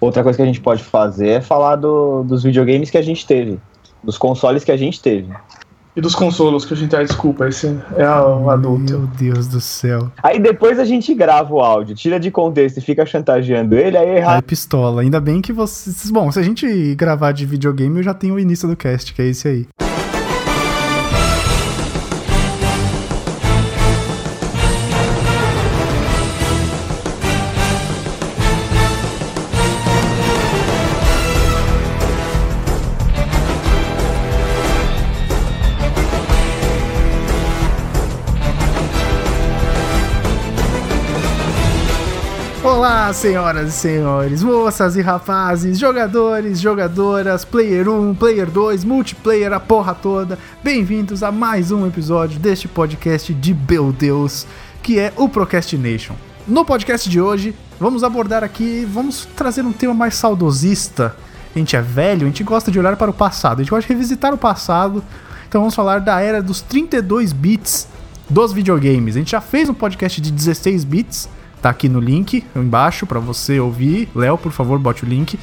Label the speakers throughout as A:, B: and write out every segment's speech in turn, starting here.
A: Outra coisa que a gente pode fazer é falar do, dos videogames que a gente teve, dos consoles que a gente teve.
B: E dos consolos que a gente. Ah, desculpa, esse é
A: um
B: o adulto.
C: Meu Deus do céu.
A: Aí depois a gente grava o áudio, tira de contexto e fica chantageando ele, aí é erra.
C: Ai, pistola. Ainda bem que vocês. Bom, se a gente gravar de videogame, eu já tenho o início do cast, que é esse aí. Olá, senhoras e senhores, moças e rapazes, jogadores, jogadoras, player 1, player 2, multiplayer, a porra toda. Bem-vindos a mais um episódio deste podcast de Meu Deus, que é o Procrastination. No podcast de hoje, vamos abordar aqui, vamos trazer um tema mais saudosista. A gente é velho, a gente gosta de olhar para o passado, a gente gosta de revisitar o passado. Então vamos falar da era dos 32 bits dos videogames. A gente já fez um podcast de 16 bits, tá aqui no link embaixo para você ouvir. Léo, por favor, bote o link.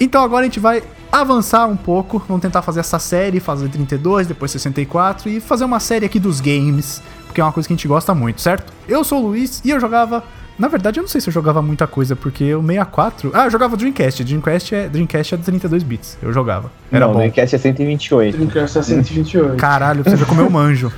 C: Então agora a gente vai avançar um pouco, vamos tentar fazer essa série, fazer 32, depois 64 e fazer uma série aqui dos games, porque é uma coisa que a gente gosta muito, certo? Eu sou o Luiz e eu jogava, na verdade eu não sei se eu jogava muita coisa, porque o 64, ah, eu jogava Dreamcast, Dreamcast é, Dreamcast é de 32 bits, eu jogava. Era
A: Não, o
C: bom.
A: Dreamcast é 128.
B: Dreamcast é 128.
C: Caralho, você já comeu um manjo.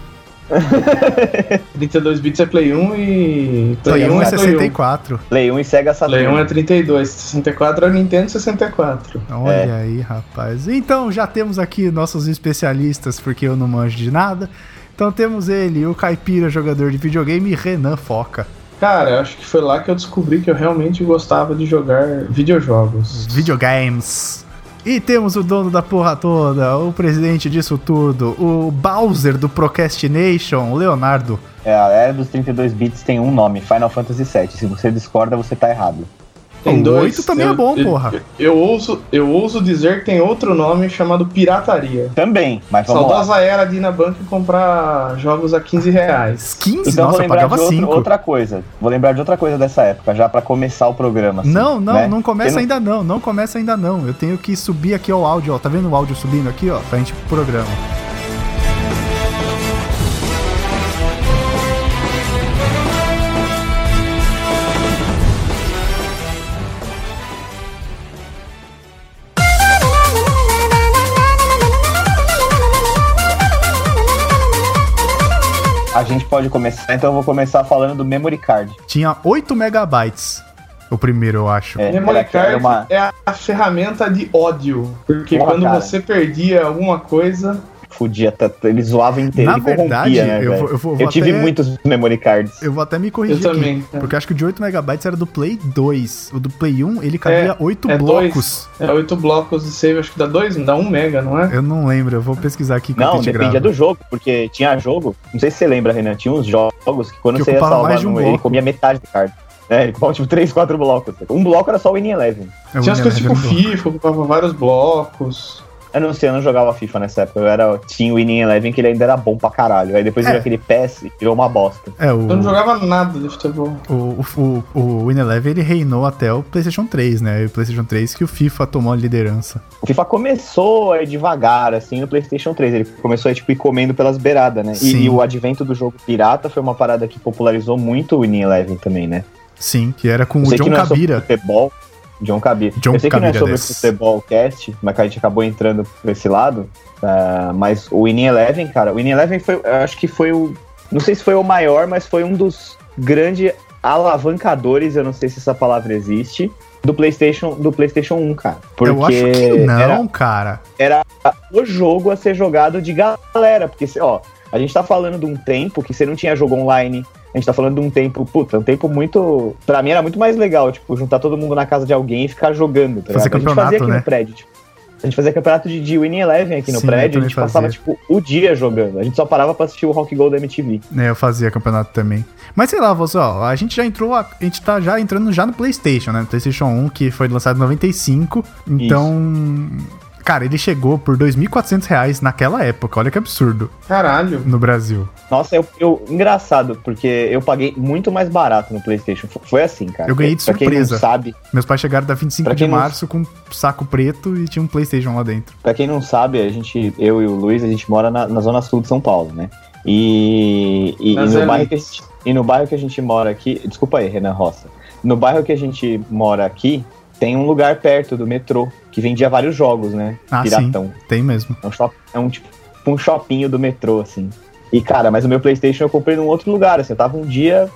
B: 32 bits é Play 1 e.
C: Play 1 é
B: Play um.
C: 64.
A: Play 1 e Sega
B: Play
A: Saturn.
B: 1 é 32, 64 é o Nintendo 64.
C: Olha aí, rapaz. Então já temos aqui nossos especialistas, porque eu não manjo de nada. Então temos ele, o caipira jogador de videogame, Renan Foca.
B: Cara, eu acho que foi lá que eu descobri que eu realmente gostava de jogar videojogos.
C: Videogames. E temos o dono da porra toda, o presidente disso tudo, o Bowser do Procrastination, Leonardo.
A: É, a era dos 32 bits tem um nome, Final Fantasy VII. Se você discorda, você tá errado.
C: O oito também
B: eu-
C: é bom,
B: eu-
C: porra.
B: Eu, ouso, eu ouso dizer que tem outro nome chamado pirataria.
A: Também, mas vamos lá.
B: Saudosa era de ir na banca e comprar jogos a 15 reais.
C: 15?
A: Então eu vou
C: Nossa, eu
A: lembrar
C: pagava
A: de outro-
C: 5.
A: outra coisa. Vou lembrar de outra coisa dessa época, já pra começar o programa. assim,
C: Não, não,
A: né?
C: não começa
A: Eu não-
C: ainda não, não começa ainda não. Eu tenho que subir aqui ó, o áudio, ó. Tá vendo o áudio subindo aqui, ó? Pra gente ir pro programa.
A: A gente pode começar, então eu vou começar falando do memory card.
C: Tinha 8 megabytes. O primeiro, eu acho.
A: É, era-
B: Memory
A: era
B: card
A: uma-
B: é a ferramenta de ódio. Porque
A: Porra,
B: quando
A: cara.
B: você perdia alguma coisa,
A: Fudia, tá- ele zoava inteiro,
C: Na
A: ele corrompia,
C: verdade,
A: né,
C: eu,
A: velho?
C: vou, eu, vou,
A: Eu
C: vou
A: tive
C: até,
A: muitos memory cards.
C: Eu vou até me
B: eu
C: corrigir aqui.
B: também. né?
C: Porque eu acho que o de 8 megabytes era do Play 2. O do Play 1, ele cabia 8
B: é
C: blocos.
B: É oito blocos de save, acho que dá dois, dá um mega, não é?
C: Eu não lembro, eu vou pesquisar aqui. enquanto a
A: Não,
C: gente
A: dependia
C: grava.
A: do jogo, porque tinha jogo, não sei se você lembra, Renan, tinha uns jogos que quando
C: Que
A: você ia
C: ocupava
A: salvar,
C: mais de um
A: no- ele
C: bloco.
A: comia metade do card. É, ele ocupava tipo 3, 4 blocos. Um bloco era só o Winning Eleven.
C: É, o
B: Tinha as coisas
C: Winner
B: tipo
C: Eleven Block.
B: FIFA, ocupava vários blocos.
A: Eu não sei, eu não jogava FIFA nessa época. Eu era, tinha o Winning Eleven que ele ainda era bom pra caralho. Aí depois
C: É.
A: virou aquele PES e virou uma bosta.
C: É,
B: Eu não
C: o,
B: jogava nada de futebol.
C: o, o, o, o Win Eleven ele reinou até o PlayStation 3, né? E o PlayStation 3 que o FIFA tomou a liderança.
A: O FIFA começou aí, devagar, assim, no PlayStation 3. Ele começou a tipo, ir comendo pelas beiradas, né?
C: Sim.
A: E, e o advento do jogo pirata foi uma parada que popularizou muito o Winning Eleven também, né?
C: Sim, que era com
A: Eu
C: o
A: sei
C: John
A: que não é sobre
C: Cabira.
A: futebol. John Cabira.
C: John
A: eu sei que não é
C: Cabira
A: sobre
C: desse.
A: futebol cast, mas que a gente acabou entrando por esse lado. ah, mas o Winning Eleven, cara, o Winning Eleven foi, eu acho que foi o. Não sei se foi o maior, mas foi um dos grandes alavancadores, eu não sei se essa palavra existe, do PlayStation, do PlayStation 1, cara. Porque
C: Eu acho que não,
A: era-
C: cara.
A: o jogo a ser jogado de galera. Porque, cê- ó, a gente tá falando de um tempo que você não tinha jogo online. A gente tá falando de um tempo, puta, um tempo muito. Pra mim era muito mais legal, tipo, juntar todo mundo na casa de alguém e ficar jogando, tá ligado?
C: Fazer
A: A gente
C: campeonato,
A: fazia aqui
C: né?
A: no prédio, tipo. A gente fazia campeonato de, de Winning Eleven aqui no
C: Sim, eu
A: prédio, a
C: também
A: gente passava,
C: fazia.
A: tipo, o dia jogando. A gente só parava pra assistir o Rock Go da MTV.
C: É, eu fazia campeonato também. Mas sei lá, você, ó, a gente já entrou, a, a gente tá já um, entrando já no PlayStation, né? No PlayStation 1, que foi lançado em 95. Então, Cara, ele chegou por 2.400 reais naquela época. Olha que absurdo
B: Caralho.
C: no Brasil.
A: Nossa, eu, eu- engraçado, porque eu paguei muito mais barato no PlayStation. F- Foi assim, cara.
C: Eu ganhei de
A: pra Quem
C: surpresa.
A: não sabe,
C: Meus pais chegaram da 25
A: Pra
C: de
A: quem não-
C: março com um saco preto e tinha um PlayStation lá dentro.
A: Pra quem não sabe, a gente, eu e o Luiz, a gente mora na, na zona sul de São Paulo, né? E, e, e
B: Nas
A: no
B: elites.
A: bairro que a gente, e no bairro que a gente mora aqui, desculpa aí, Renan Roça. No bairro que a gente mora aqui, tem um lugar perto do metrô que vendia vários jogos, né?
C: Ah,
A: Piratão.
C: Tem mesmo.
A: É um, shop, é um tipo um shoppinho do metrô, assim. E, cara, mas o meu Playstation eu comprei num outro lugar, assim. Eu tava um dia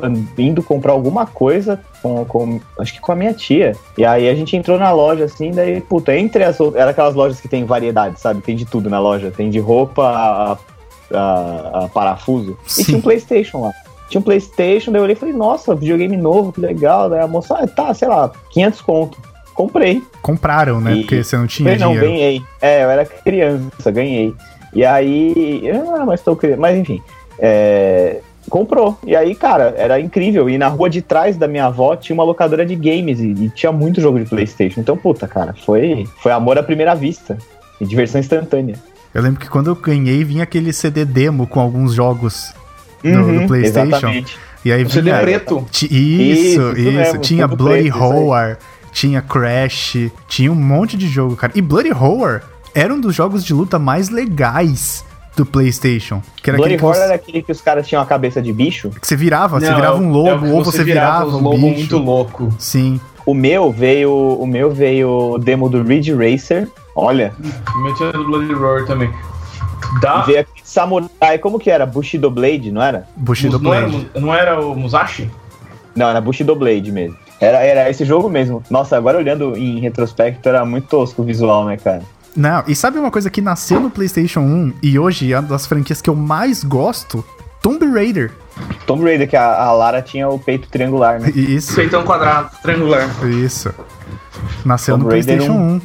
A: an- indo comprar alguma coisa com, com- Acho que com a minha tia. E aí a gente entrou na loja, assim, daí, puta, entre as outras. Era aquelas lojas que tem variedade, sabe? Tem de tudo na loja. Tem de roupa a, a- a parafuso.
C: Sim.
A: E tinha um Playstation lá. Tinha um Playstation, daí eu olhei e falei, nossa, videogame novo, que legal. Daí a moça, ah, tá, sei lá, 500 conto. Comprei.
C: Compraram, né?
A: E-
C: Porque você não tinha
A: Falei, não,
C: dinheiro.
A: ganhei. É, eu era criança, ganhei. E aí. Ah, mas tô criança. Mas enfim. é, comprou. E aí, cara, era incrível. E na rua de trás da minha avó tinha uma locadora de games e, e tinha muito jogo de Playstation. Então, puta, cara, foi, foi amor à primeira vista. E diversão instantânea.
C: Eu lembro que quando eu ganhei, vinha aquele CD demo com alguns jogos. No- no PlayStation?
A: Exatamente.
C: E aí
B: Um CD
C: vinha.
B: preto.
C: Ti- Isso, isso.
A: Isso, isso mesmo,
C: Tinha
A: tudo
C: Bloody
A: preto, isso aí.
C: Roar, tinha Crash, tinha um monte de jogo, cara. E Bloody Roar era um dos jogos de luta mais legais do PlayStation. Que era
A: Bloody
C: aquele que
A: Horror
C: você,
A: era aquele que os caras tinham a cabeça de bicho.
C: que você virava, você
B: Não,
C: virava um
B: é o
C: lobo,
B: que
C: ou você virava,
B: os
C: um
B: lobos
C: bicho.
B: muito louco.
C: Sim.
A: O meu veio. O meu veio o demo do Ridge Racer. Olha,
B: O meu tinha do Bloody Roar também.
A: e
B: Da...
A: veio aquele samurai. Como que era? Bushido Blade, não era?
C: Bushido
B: não, era,
C: Blade.
B: Mu- não era o Musashi?
A: Não, era Bushido Blade mesmo. Era, era esse jogo mesmo. Nossa, agora olhando em retrospecto, era muito tosco o visual, né, cara?
C: Não, e sabe uma coisa que nasceu no PlayStation 1 e hoje é uma das franquias que eu mais gosto? Tomb Raider.
A: Tomb Raider, que a, a Lara tinha o peito triangular, né?
C: Isso,
B: Feitão quadrado, triangular.
C: isso. Nasceu
A: Tomb
C: no
A: Raider
C: PlayStation 1.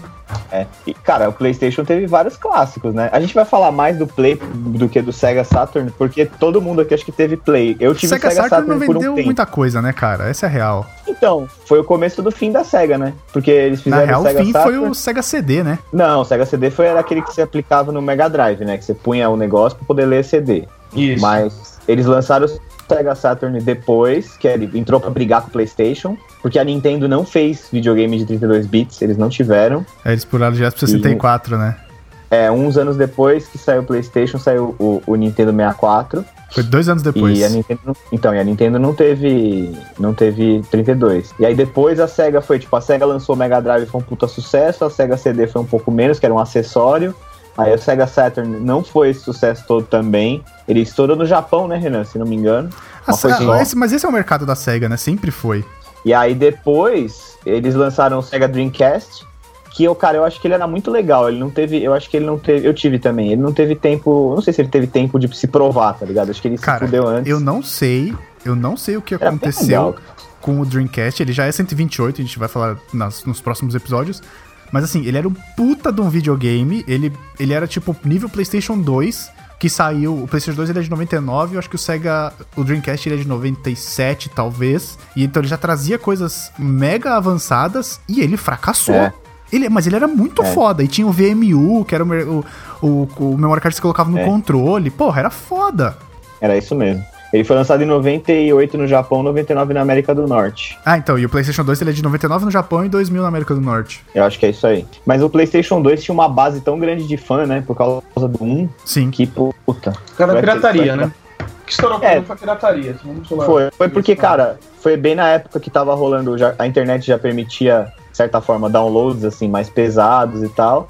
A: É. E, cara, o PlayStation teve vários clássicos, né? A gente vai falar mais do Play do que do Sega Saturn, porque todo mundo aqui acho que teve Play. Eu tive
C: Sega Saturn, não
A: por um
C: vendeu
A: tempo.
C: muita coisa, né, cara? Essa é a real.
A: Então, foi o começo do fim da Sega, né? Porque eles
C: Na
A: fizeram
C: real,
A: o
C: o
A: Sega
C: fim
A: Saturn.
C: foi o Sega CD, né?
A: Não, o Sega CD foi era aquele que você aplicava no Mega Drive, né? Que você punha o negócio pra poder ler CD.
B: Isso.
A: Mas eles lançaram o Sega Saturn depois, que ele entrou pra brigar com o PlayStation, porque a Nintendo não fez videogame de 32 bits, eles não tiveram.
C: É, eles pularam direto pro 64, né?
A: É, uns anos depois que saiu o PlayStation, saiu o, o Nintendo 64.
C: Foi dois anos depois.
A: E a Nintendo, não- então, e a Nintendo não teve, não teve 32. E aí depois a Sega foi, tipo, a Sega lançou o Mega Drive, foi um puta sucesso, a Sega CD foi um pouco menos, que era um acessório. Aí o Sega Saturn não foi esse sucesso todo também. Ele estourou no Japão, né, Renan, se não me engano.
C: Ah,
A: Uma coisa
C: ah,
A: só.
C: esse- mas esse é o mercado da SEGA, né? Sempre foi.
A: E aí depois eles lançaram o Sega Dreamcast, que eu, cara, eu acho que ele era muito legal. Ele não teve, eu acho que ele não teve, eu tive também. Ele não teve tempo, eu não sei se ele teve tempo de se provar, tá ligado? Acho que ele
C: Cara,
A: se fudeu antes.
C: Eu não sei, eu não sei o que
A: Era bem
C: aconteceu
A: legal.
C: com o Dreamcast. Ele já é 128, a gente vai falar nas- nos próximos episódios. Mas assim, ele era um puta de um videogame. Ele, ele era tipo nível PlayStation 2, que saiu. O PlayStation 2 ele é de 99, eu acho que o Sega. O Dreamcast ele é de 97, talvez. E então ele já trazia coisas mega avançadas e ele fracassou.
A: É.
C: Ele, mas ele era muito
A: É.
C: foda. E tinha o VMU, que era o, mer- o, o, o memory card que você colocava no
A: É.
C: controle. Porra, era foda.
A: Era isso mesmo. Ele foi lançado em 98 no Japão, 99 na América do Norte.
C: Ah, então, e o PlayStation 2 ele é de 99 no Japão e 2000 na América do Norte.
A: Eu acho que é isso aí. Mas o PlayStation 2 tinha uma base tão grande de fã, né? Por causa do 1,
C: Sim.
A: que puta.
B: Por causa da
A: Vai ter-
B: pirataria,
A: vai
B: né? Que estourou
A: É.
B: é. foi a pirataria. Vamos falar.
A: Foi, foi porque,
B: Isso, né?
A: cara, foi bem na época que tava rolando, já- a internet já permitia, de certa forma, downloads assim, mais pesados e tal.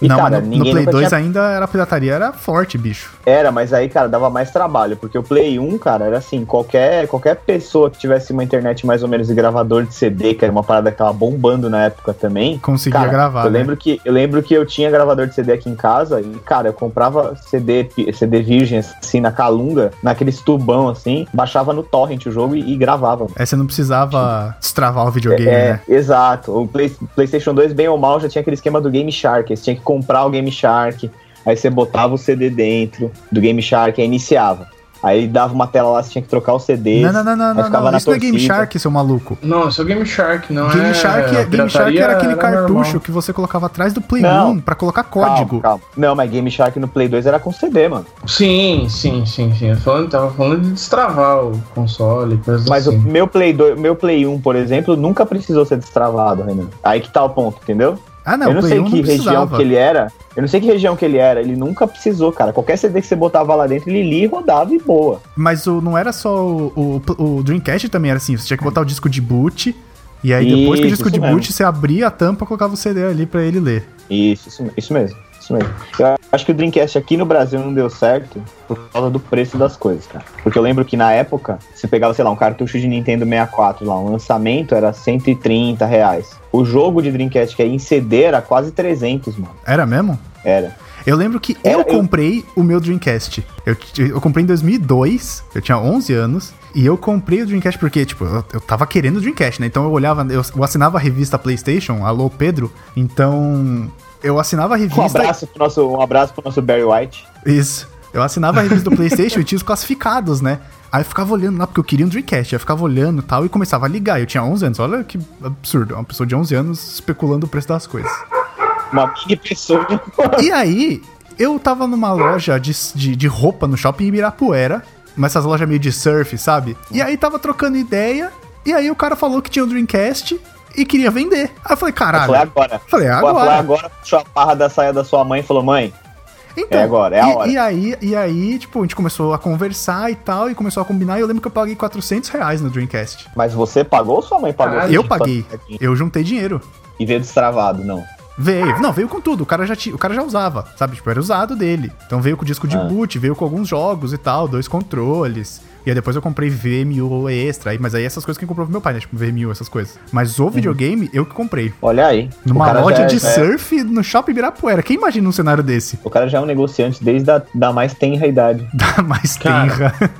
A: E,
C: não,
A: cara,
C: mas no, no
A: ninguém
C: Play é-
A: nunca
C: 2
A: tinha...
C: ainda era a pirataria, era forte, bicho.
A: Era, mas aí, cara, dava mais trabalho, porque o Play 1, cara, era assim, qualquer, qualquer pessoa que tivesse uma internet mais ou menos de gravador de CD, que era uma parada que tava bombando na época também,
C: Conseguia
A: Cara,
C: gravar.
A: eu,
C: né?
A: lembro que, eu lembro que eu tinha gravador de CD aqui em casa e, cara, eu comprava CD, pi- CD virgem, assim, na Calunga, naqueles tubão, assim, baixava no torrent o jogo e, e gravava.
C: Aí você não precisava destravar o videogame,
A: É,
C: né?
A: exato. O Play- PlayStation 2, bem ou mal, já tinha aquele esquema do Game Shark. Você tinha que comprar o Game Shark, aí você botava o CD dentro do Game Shark, aí iniciava. Aí dava uma tela lá, você tinha que trocar o CD.
C: Não, não, não, não,
A: aí
C: não,
A: ficava
C: não.
A: na
C: Isso não é Game
A: torcida.
C: Shark, seu maluco.
B: Não, esse é o Game Shark, não é.
C: Game Shark, é- Game Shark
B: pirataria
C: era aquele cartucho
B: normal.
C: que você colocava atrás do Play
A: Não.
C: 1 pra colocar
A: Calma,
C: código.
A: calma. Não, mas Game Shark no Play 2 era com CD, mano.
B: Sim, sim, sim, sim. Eu falando, tava falando de destravar o console, coisas
A: Mas o
B: assim.
A: meu Play 2, meu Play 1, por exemplo, nunca precisou ser destravado, Renan. Aí que tá o ponto, entendeu?
C: Ah, não,
A: eu não
C: Play
A: sei
C: 1
A: que
C: não
A: região
C: precisava.
A: que ele era. Eu não sei que região que ele era. Ele nunca precisou, cara. Qualquer CD que você botava lá dentro, ele lia e rodava e boa.
C: Mas o, não era só o, o, o Dreamcast também era assim, você tinha que botar o disco de boot, e aí depois que o
A: Isso,
C: disco de
A: isso mesmo.
C: boot, você abria a tampa e colocava o CD ali pra ele ler.
A: Isso, isso, isso mesmo. Isso mesmo. Eu acho que o Dreamcast aqui no Brasil não deu certo por causa do preço das coisas, cara. Porque eu lembro que na época, você pegava, sei lá, um cartucho de Nintendo 64 lá, um lançamento era 130 reais. O jogo de Dreamcast que é em CD era quase 300, mano.
C: Era mesmo?
A: Era.
C: Eu lembro que
A: Era,
C: eu
A: eu-
C: comprei o meu Dreamcast. Eu, t- eu comprei em 2002, eu tinha 11 anos, e eu comprei o Dreamcast porque, tipo, eu, eu tava querendo o Dreamcast, né? Então eu olhava, eu, eu assinava a revista PlayStation, Alô Pedro, então eu assinava a
A: Um
C: revista.
A: abraço pro nosso, um abraço pro nosso Barry White.
C: Isso. Eu assinava a revista do PlayStation e tinha os classificados, né? Aí eu ficava olhando lá, porque eu queria um Dreamcast. Aí eu ficava olhando e tal e começava a ligar. Eu tinha 11 anos. Olha que absurdo. Uma pessoa de 11 anos especulando o preço das coisas.
A: Uma mini pessoa.
C: E aí, eu tava numa loja de, de, de roupa no shopping Ibirapuera, mas essas lojas meio de surf, sabe? E aí tava trocando ideia, e aí o cara falou que tinha o Dreamcast e queria vender. Aí eu falei,
A: Foi
C: caralho.
A: agora.
C: Falei,
A: Foi
C: agora.
A: agora, puxou a parra da saia da sua mãe e falou, mãe,
C: Então,
A: É agora, é a
C: e,
A: hora.
C: E aí, e aí, tipo, a gente começou a conversar e tal, e começou a combinar, e eu lembro que eu paguei 400 reais no Dreamcast.
A: mas você pagou ou sua mãe pagou?
B: Caralho.
C: Ah, Eu paguei, eu juntei dinheiro.
A: E veio destravado, não.
C: Veio, não, veio com tudo, o cara já tinha, o cara já usava, sabe? Tipo, era usado dele. Então veio com disco de
A: Ah.
C: boot, veio com alguns jogos e tal, dois controles. E aí depois eu comprei VMU extra, aí, mas aí essas coisas quem comprou pro meu pai, né? Tipo, VMU, essas coisas. Mas o videogame, eu que comprei.
A: Olha aí. Uhum. O
C: Numa
A: cara já
C: loja
A: é-
C: de
A: já é-
C: surf no shopping Ibirapuera. Quem imagina um cenário desse?
A: O cara já é um negociante desde a da mais tenra idade.
C: Dá mais
B: Cara.
C: terra.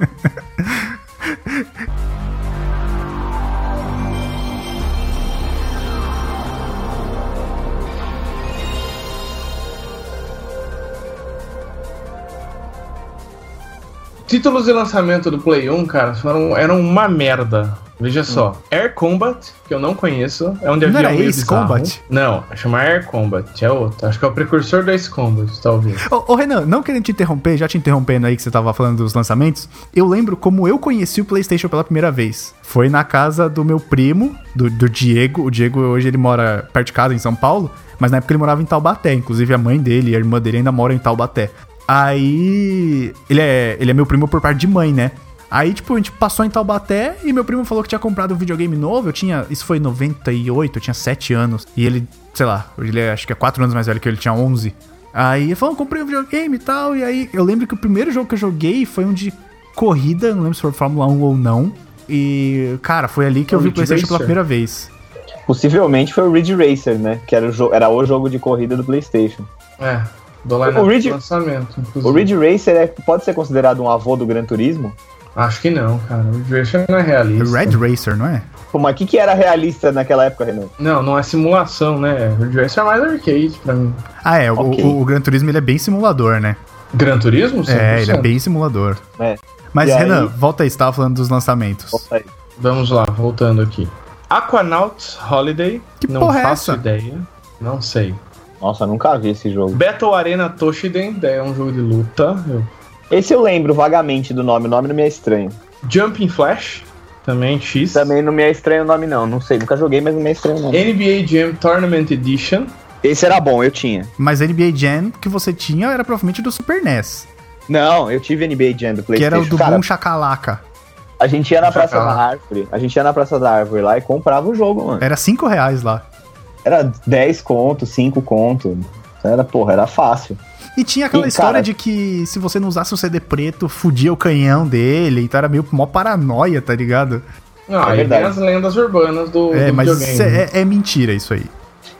B: Títulos de lançamento do Play 1, cara, foram, eram uma merda. Veja só, Air Combat, que eu não conheço, é um de
C: Não
B: avião
C: era
B: meio
C: Ace
B: bizarro.
C: Combat?
B: Não, chama Air Combat, é outro. Acho que é o precursor do Ace Combat, talvez.
C: Ô, ô, Renan, não querendo te interromper, já te interrompendo aí que você tava falando dos lançamentos, eu lembro como eu conheci o PlayStation pela primeira vez. Foi na casa do meu primo, do, do Diego. O Diego hoje ele mora perto de casa, em São Paulo, mas na época ele morava em Taubaté. Inclusive a mãe dele e a irmã dele ainda moram em Taubaté. Aí. Ele é, ele é meu primo por parte de mãe, né? Aí, tipo, a gente passou em Taubaté e meu primo falou que tinha comprado um videogame novo. Eu tinha. Isso foi em 98, eu tinha 7 anos. E ele, sei lá, ele é, acho que é 4 anos mais velho que eu, ele tinha 11. Aí ele falou, comprei um videogame e tal. E aí eu lembro que o primeiro jogo que eu joguei foi um de corrida, não lembro se foi Fórmula 1 ou não. E, cara, foi ali que eu vi o
B: Ridge
C: PlayStation pela
B: Um Racer.
C: primeira vez.
A: Possivelmente foi o Ridge Racer, né? Que era o, jo- era o jogo de corrida do PlayStation.
B: É, do lá
A: O Ridge-
B: lançamento. inclusive.
A: O Ridge Racer é- pode ser considerado um avô do Gran Turismo?
B: Acho que não, cara. O Ridge Racer não é realista.
C: Red Racer, não é?
A: Pô, Mas o que, que era realista naquela época, Renan?
B: Não, não é simulação, né? O Ridge Racer é mais arcade pra mim.
C: Ah, é. o-
A: Ok.
C: O, o Gran Turismo ele é bem simulador, né?
B: Gran Turismo?
C: É, ele é
B: 100%?
C: bem simulador.
A: É.
C: Mas,
A: E aí-
C: Renan, volta aí, você tava falando dos lançamentos.
A: Volta aí.
B: Vamos lá, voltando aqui. Aquanauts Holiday.
C: Que
B: não
C: porra é
B: faço
C: essa?
B: ideia. Não sei.
A: Nossa, nunca vi esse jogo.
B: Battle Arena Toshiden, daí é um jogo de luta. Eu-
A: Esse eu lembro vagamente do nome, o nome não me é estranho.
B: Jumping Flash, também X.
A: Também não me é estranho o nome, não. Não sei, nunca joguei, mas não me é estranho o nome.
B: NBA Jam Tournament Edition.
A: Esse era bom, eu tinha.
C: Mas NBA Jam que você tinha era provavelmente do Super NES,
A: Não, eu tive NBA Jam do
C: que
A: PlayStation.
C: era o do
A: Cara,
C: Boom Chacalaca.
A: a gente ia na Praça
B: Chacala.
A: da Árvore. A gente ia na Praça da Árvore lá e comprava o jogo, mano.
C: Era 5 reais lá.
A: Era 10 conto, 5 conto. Era, porra, era fácil.
C: E tinha aquela
A: E,
C: história
A: cara-
C: de que se você não usasse o CD preto, fudia o canhão dele, então era meio mó paranoia, tá ligado?
B: Ah,
A: É
B: aí tem
A: verdade.
B: as lendas urbanas do,
C: É,
B: do
C: mas
B: videogame.
C: isso é, é mentira isso aí.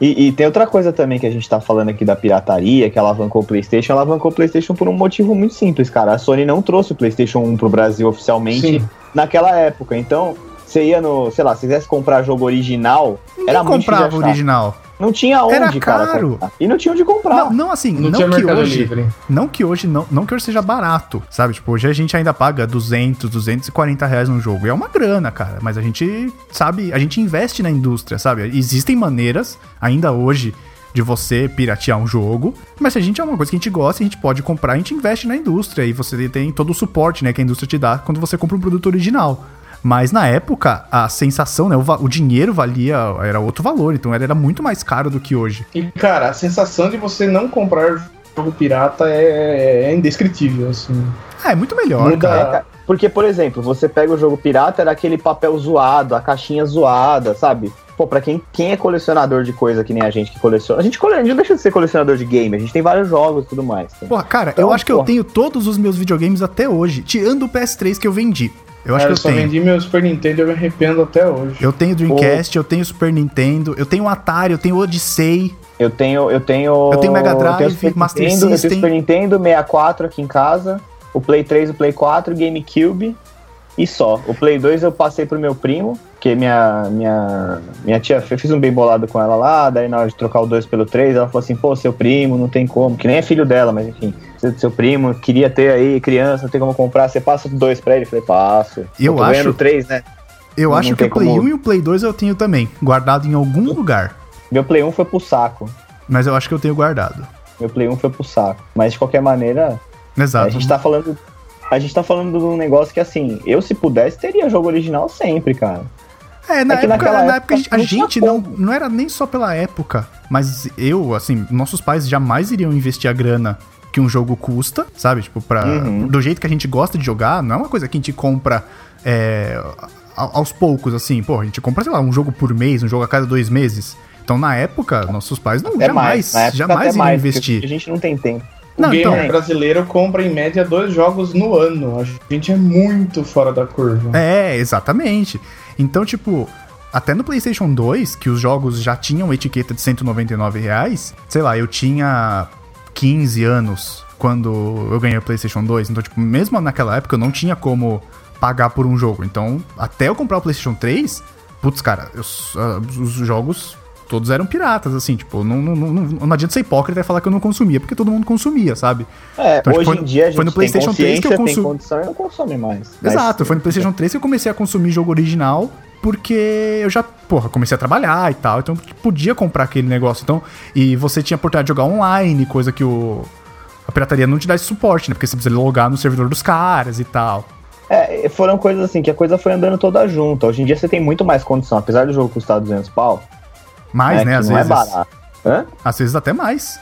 A: E, e tem outra coisa também que a gente tá falando aqui da pirataria, que alavancou o PlayStation. Alavancou o PlayStation por um motivo muito simples, cara. A Sony não trouxe o PlayStation 1 pro Brasil oficialmente
B: Sim.
A: naquela época. Então, você ia no, sei lá, se quisesse comprar jogo original,
C: Ninguém
A: era muito
C: comprava o
A: difícil de achar.
C: original.
A: Não tinha onde,
C: Era
A: cara.
C: caro.
A: comprar. E não tinha onde comprar.
C: Não, não assim,
B: Não,
C: não,
B: tinha
C: que
B: mercado
C: hoje.
B: livre.
C: Não que hoje não, não que hoje seja barato, sabe? Tipo, hoje a gente ainda paga 200, 240 reais num jogo. E é uma grana, cara. Mas a gente sabe, a gente investe na indústria, sabe? Existem maneiras, ainda hoje, de você piratear um jogo. Mas se a gente é uma coisa que a gente gosta, a gente pode comprar, a gente investe na indústria. E você tem todo o suporte, né? Que a indústria te dá quando você compra um produto original. Mas na época, a sensação, né? O, va- o dinheiro valia, era outro valor. Então era, era muito mais caro do que hoje.
B: E, cara, a sensação de você não comprar jogo pirata é, é indescritível, assim.
C: Ah, é muito melhor,
B: Muda-
C: cara.
A: É, cara. Porque, por exemplo, você pega o jogo pirata, era aquele papel zoado, a caixinha zoada, sabe? Pô, pra quem, quem é colecionador de coisa que nem a gente que coleciona. A gente, cole- a gente não deixa de ser colecionador de game, a gente tem vários jogos e tudo mais. tá?
C: Porra, cara, eu
A: Então,
C: acho que eu
A: porra.
C: tenho todos os meus videogames até hoje, tirando o PS3 que eu vendi. Eu
A: É,
C: acho
B: Cara, eu
C: que
B: só
C: eu tenho.
B: vendi meu Super Nintendo e eu me arrependo até hoje.
C: Eu tenho Dreamcast, eu tenho Super Nintendo, eu tenho Atari, eu tenho Odyssey.
A: Eu tenho. Eu tenho.
C: Eu tenho Mega Drive,
A: Super
C: Master
A: Nintendo, Eu
C: System.
A: tenho Super Nintendo 64 aqui em casa, o Play 3, o Play 4, o GameCube e só. O Play 2 eu passei pro meu primo, que minha, minha, minha tia, eu fiz um bem bolado com ela lá, daí na hora de trocar o 2 pelo 3, ela falou assim, pô, seu primo, não tem como, que nem é filho dela, mas enfim, seu, seu primo, queria ter aí, criança, não tem como comprar, você passa o 2 pra ele? Eu falei, passo.
C: Eu
A: tô
C: acho-
A: ganhando 3, né?
C: Eu
A: Não
C: acho que
A: tem
C: o Play
A: como-
C: 1 e o Play 2 eu tenho também, guardado em algum lugar.
A: Meu Play 1 foi pro saco.
C: Mas eu acho que eu tenho guardado.
A: Meu Play 1 foi pro saco. Mas de qualquer maneira, A
C: Exato.
A: gente tá falando. A gente tá falando de um negócio que assim, eu se pudesse teria jogo original sempre, cara.
C: É, na
A: É que
C: época,
A: naquela
C: na
A: época
C: época a gente, a
A: não tinha
C: gente não, não era nem só pela época, mas eu, assim, nossos pais jamais iriam investir a grana que um jogo custa, sabe? Tipo, pra,
A: Uhum.
C: do jeito que a gente gosta de jogar, não é uma coisa que a gente compra é, a- aos poucos, assim. Pô, a gente compra, sei lá, um jogo por mês, um jogo a cada dois meses. Então, na época, nossos pais não,
A: Até
C: jamais,
A: É mais. Na época
C: jamais
A: até
C: iriam
A: mais, porque
C: investir.
A: A gente não tem tempo.
B: O
C: Não,
B: gamer
C: então-
B: brasileiro compra em média dois jogos no ano. A gente é muito fora da curva.
C: É, exatamente. Então, tipo, até no PlayStation 2, que os jogos já tinham etiqueta de R$ 199 reais, sei lá, eu tinha 15 anos quando eu ganhei o PlayStation 2. Então, tipo, mesmo naquela época eu não tinha como pagar por um jogo. Então, até eu comprar o PlayStation 3, putz, cara, eu s- ah, os jogos todos eram piratas, assim, tipo, não, não, não, não- não adianta ser hipócrita e falar que eu não consumia, porque todo mundo consumia, sabe?
A: É,
C: Então,
A: hoje
C: tipo,
A: em dia a gente
C: foi no PlayStation
A: tem
C: 3 que eu
A: consciência, tem
C: consu-
A: condição e não consome mais. Mas
C: Exato, foi no PlayStation 3 que eu comecei a consumir jogo original, porque eu já, porra, comecei a trabalhar e tal, então podia comprar aquele negócio. Então, e você tinha a oportunidade de jogar online, coisa que o a pirataria não te dá esse suporte, né? Porque você precisa logar no servidor dos caras e tal.
A: É, foram coisas assim, que a coisa foi andando toda junta. Hoje em dia você tem muito mais condição, apesar do jogo custar 200 pau.
C: Mais,
A: né,
C: né,
A: que
C: às
A: não
C: vezes.
A: é barato. Hã?
C: Às vezes até mais.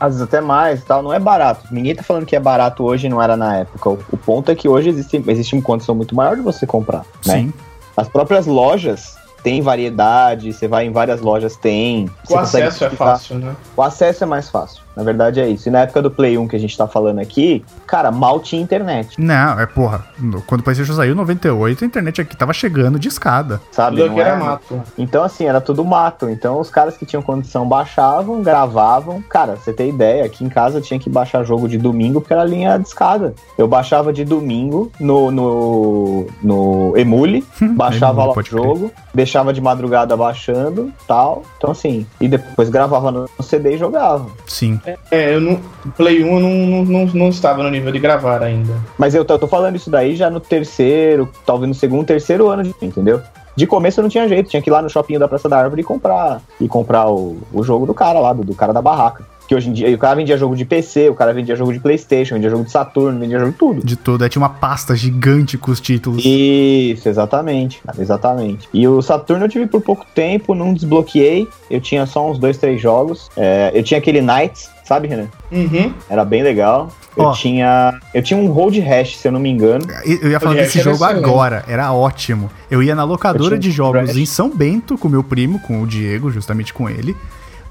A: Às vezes até mais e tal, não é barato. Ninguém tá falando que é barato hoje e não era na época. O, o ponto é que hoje existe, existe uma condição muito maior de você comprar. né?
C: Sim.
A: As próprias lojas têm variedade, você vai em várias lojas, tem. você
B: O
A: consegue
B: acesso é
A: ficar-
B: fácil, né?
A: O acesso é mais fácil, na verdade é isso. E na época do Play 1 que a gente tá falando aqui, cara, mal tinha internet,
C: Não, é porra. no- Quando o PlayStation saiu em 98, a internet aqui tava chegando de escada.
A: sabe?
B: Tudo aqui
A: Não
B: era
A: era-
B: mato.
A: Então, assim, era tudo mato. Então, os caras que tinham condição baixavam, gravavam. Cara, você tem ideia, aqui em casa eu tinha que baixar jogo de domingo porque era linha de escada. Eu baixava de domingo no, no, no Emule, baixava
C: Emule,
A: lá o
C: pode crer.
A: jogo, deixava de madrugada baixando tal. Então, assim, e depois gravava no CD e jogava.
C: Sim.
B: É, eu não. Play 1 eu não, não, não, não estava no nível de gravar ainda.
A: Mas eu, t- eu tô falando isso daí já no terceiro, talvez no segundo, terceiro ano, entendeu? De começo não tinha jeito, tinha que ir lá no shopping da Praça da Árvore e comprar e comprar o, o jogo do cara lá, do, do cara da barraca. Que hoje em dia, e o cara vendia jogo de PC, o cara vendia jogo de Playstation, vendia jogo de Saturno, vendia jogo de tudo.
C: De tudo. Aí tinha uma pasta gigante com os títulos.
A: Isso, exatamente, cara, exatamente. E o Saturno eu tive por pouco tempo, não desbloqueei, eu tinha só uns dois, três jogos. É, eu tinha aquele Knights, sabe, Renan?
B: Uhum.
A: Era bem legal.
C: Ó.
A: Eu tinha. Eu tinha um Road Rash, se eu não me engano.
C: E- Eu ia falar
B: Aliás,
C: desse
B: era
C: jogo
B: excelente.
C: agora, era ótimo. Eu ia na locadora
A: Eu tinha
C: de
A: um
C: jogos
A: Crash.
C: em São Bento com meu primo, com o Diego, justamente com ele,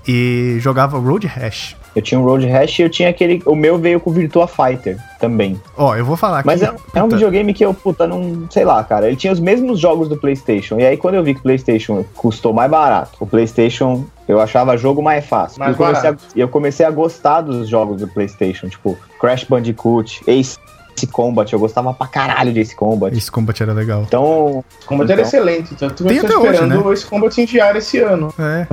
C: e jogava Road Rash.
A: Eu tinha um Road Rash e eu tinha aquele. O meu veio com o Virtua Fighter também.
C: Ó, eu vou falar aqui.
A: Mas é, é um
C: puta,
A: videogame que eu, puta, não. Sei lá, cara. Ele tinha os mesmos jogos do PlayStation. E aí, quando eu vi que o PlayStation custou mais barato, o PlayStation eu achava jogo mais fácil.
B: Mais
A: e eu comecei, a,
B: barato.
A: e eu comecei a gostar dos jogos do PlayStation, tipo Crash Bandicoot, Ace Ace Combat, eu gostava pra caralho de Ace Combat.
C: Esse combate era legal.
A: Então,
B: Esse combat era
A: Então.
B: excelente, tanto que
C: Tem
B: eu tô
C: até hoje, né?
B: esperando esse combat em diário esse ano.
C: É.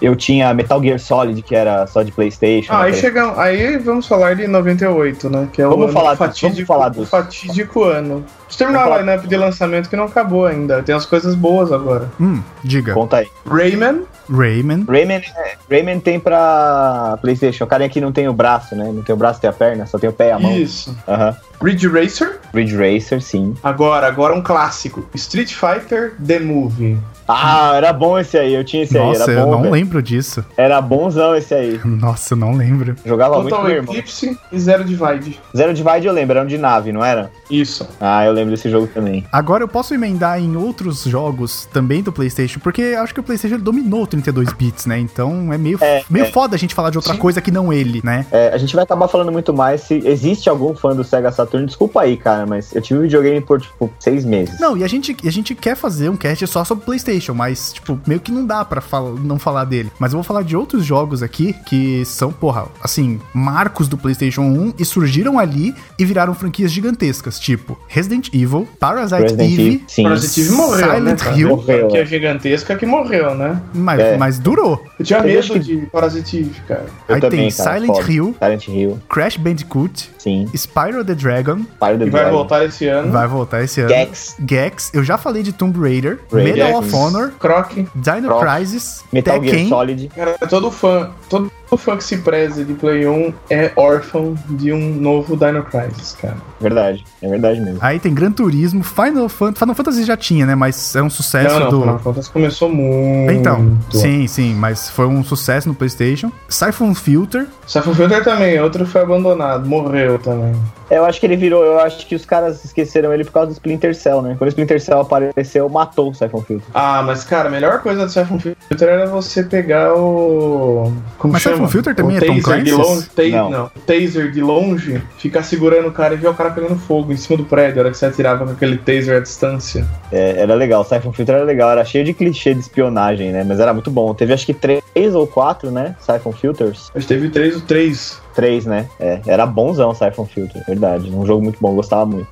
A: eu tinha Metal Gear Solid, que era só de PlayStation.
B: Ah, aí
A: né?
B: chegamos, aí vamos falar de 98, né? Que é o
A: Vamos
B: ano
A: falar disso,
B: fatídico,
A: vamos falar disso.
B: fatídico ano. Deixa eu
A: Vamos
B: terminar a
A: falar-
B: lineup de lançamento que não acabou ainda. Tem as coisas boas agora.
C: Hum, diga.
A: Conta aí.
B: Rayman,
C: Rayman.
A: Rayman, é- Rayman tem pra PlayStation. O cara aqui não tem o braço, né? Não tem o braço, tem a perna, só tem o pé e a mão.
B: isso.
A: Aham.
B: Ridge Racer,
A: Bridge Racer, sim.
B: agora, agora um clássico. Street Fighter The Movie.
A: Ah, era bom esse aí. Eu tinha esse
C: Nossa,
A: aí. Era
C: eu
A: bom.
C: não
A: velho.
C: lembro disso.
A: Era bonzão esse aí.
C: Nossa, eu não lembro.
A: Jogava muito com
B: Total
A: meu irmão.
B: Eclipse e Zero Divide.
A: Zero Divide eu lembro, era um de nave, não era?
B: Isso.
A: Ah, eu lembro desse jogo também.
C: Agora eu posso emendar em outros jogos também do PlayStation, porque acho que o PlayStation ele dominou 32 bits, né? Então é meio,
A: É,
C: meio
A: é.
C: foda a gente falar de outra
B: Sim.
C: coisa que não ele, né?
A: É, a gente vai acabar falando muito mais. Se existe algum fã do Sega Saturn, desculpa aí, cara, mas eu tive um videogame por, tipo, seis meses.
C: Não, e a gente, e a gente quer fazer um cast só sobre PlayStation, mas, tipo, meio que não dá pra fal- não falar dele. Mas eu vou falar de outros jogos aqui que são, porra, assim, marcos do PlayStation 1 e surgiram ali e viraram franquias gigantescas, tipo Resident Evil, Parasite
A: Resident
C: Eve.
A: Evil, sim.
B: Project Eve morreu, né?
C: Silent
B: cara?
C: Hill.
A: Morreu,
B: Que
A: é.
B: é gigantesca que morreu, né?
C: Mas,
A: É.
C: mas durou.
B: Eu tinha
A: Eu acho
B: medo
A: que-
B: de Parasite Eve, cara.
A: Eu
C: Aí
A: também,
C: tem
A: cara,
C: Silent
A: foda.
C: Hill,
A: Silent Hill,
C: Crash Bandicoot,
A: sim.
C: Spyro the Dragon,
A: Fire the
B: E vai
A: Dragon.
B: voltar esse ano.
C: vai voltar esse ano.
A: Hum? Gex,
C: Gex, eu já falei de Tomb Raider,
A: Raider.
C: Medal
A: Gex.
C: of Honor,
B: é Croc.
C: Dino
A: Croc.
C: Crisis,
A: Metal Gear
C: Tekken,
A: Solid.
B: Cara, todo fã, todo fã que se preze de Play 1 é órfão de um novo Dino Crisis, cara.
A: Verdade, é verdade mesmo.
C: Aí tem Gran Turismo, Final Fantasy. Final Fantasy já tinha, né? Mas é um sucesso
B: Não, não,
C: do.
B: Final Fantasy começou muito.
C: Então, sim, sim, mas foi um sucesso no PlayStation. Siphon Filter,
B: Siphon Filter um também, outro foi abandonado, morreu também.
A: Eu acho que ele virou, eu acho que os caras esqueceram ele por causa do Splinter Cell, né? Quando o Splinter Cell apareceu, matou o Siphon Filter.
B: Ah, mas cara, a melhor coisa do Siphon Filter era você pegar o. Como
C: Mas
B: chama?
C: Siphon Filter
B: O
C: também é Tom
B: taser de
C: Clancy's?
B: longe, ta-
A: Não.
B: não. taser de longe, ficar segurando o cara e ver o cara pegando fogo em cima do prédio, a hora que você atirava com aquele taser à distância.
A: É, era legal, o Siphon Filter era legal, era cheio de clichê de espionagem, né? Mas era muito bom. Teve acho que três ou quatro, né? Siphon Filters.
B: Mas teve três, três
A: Três, né? É, era bonzão o Siphon Filter, verdade. Um jogo muito bom, gostava muito.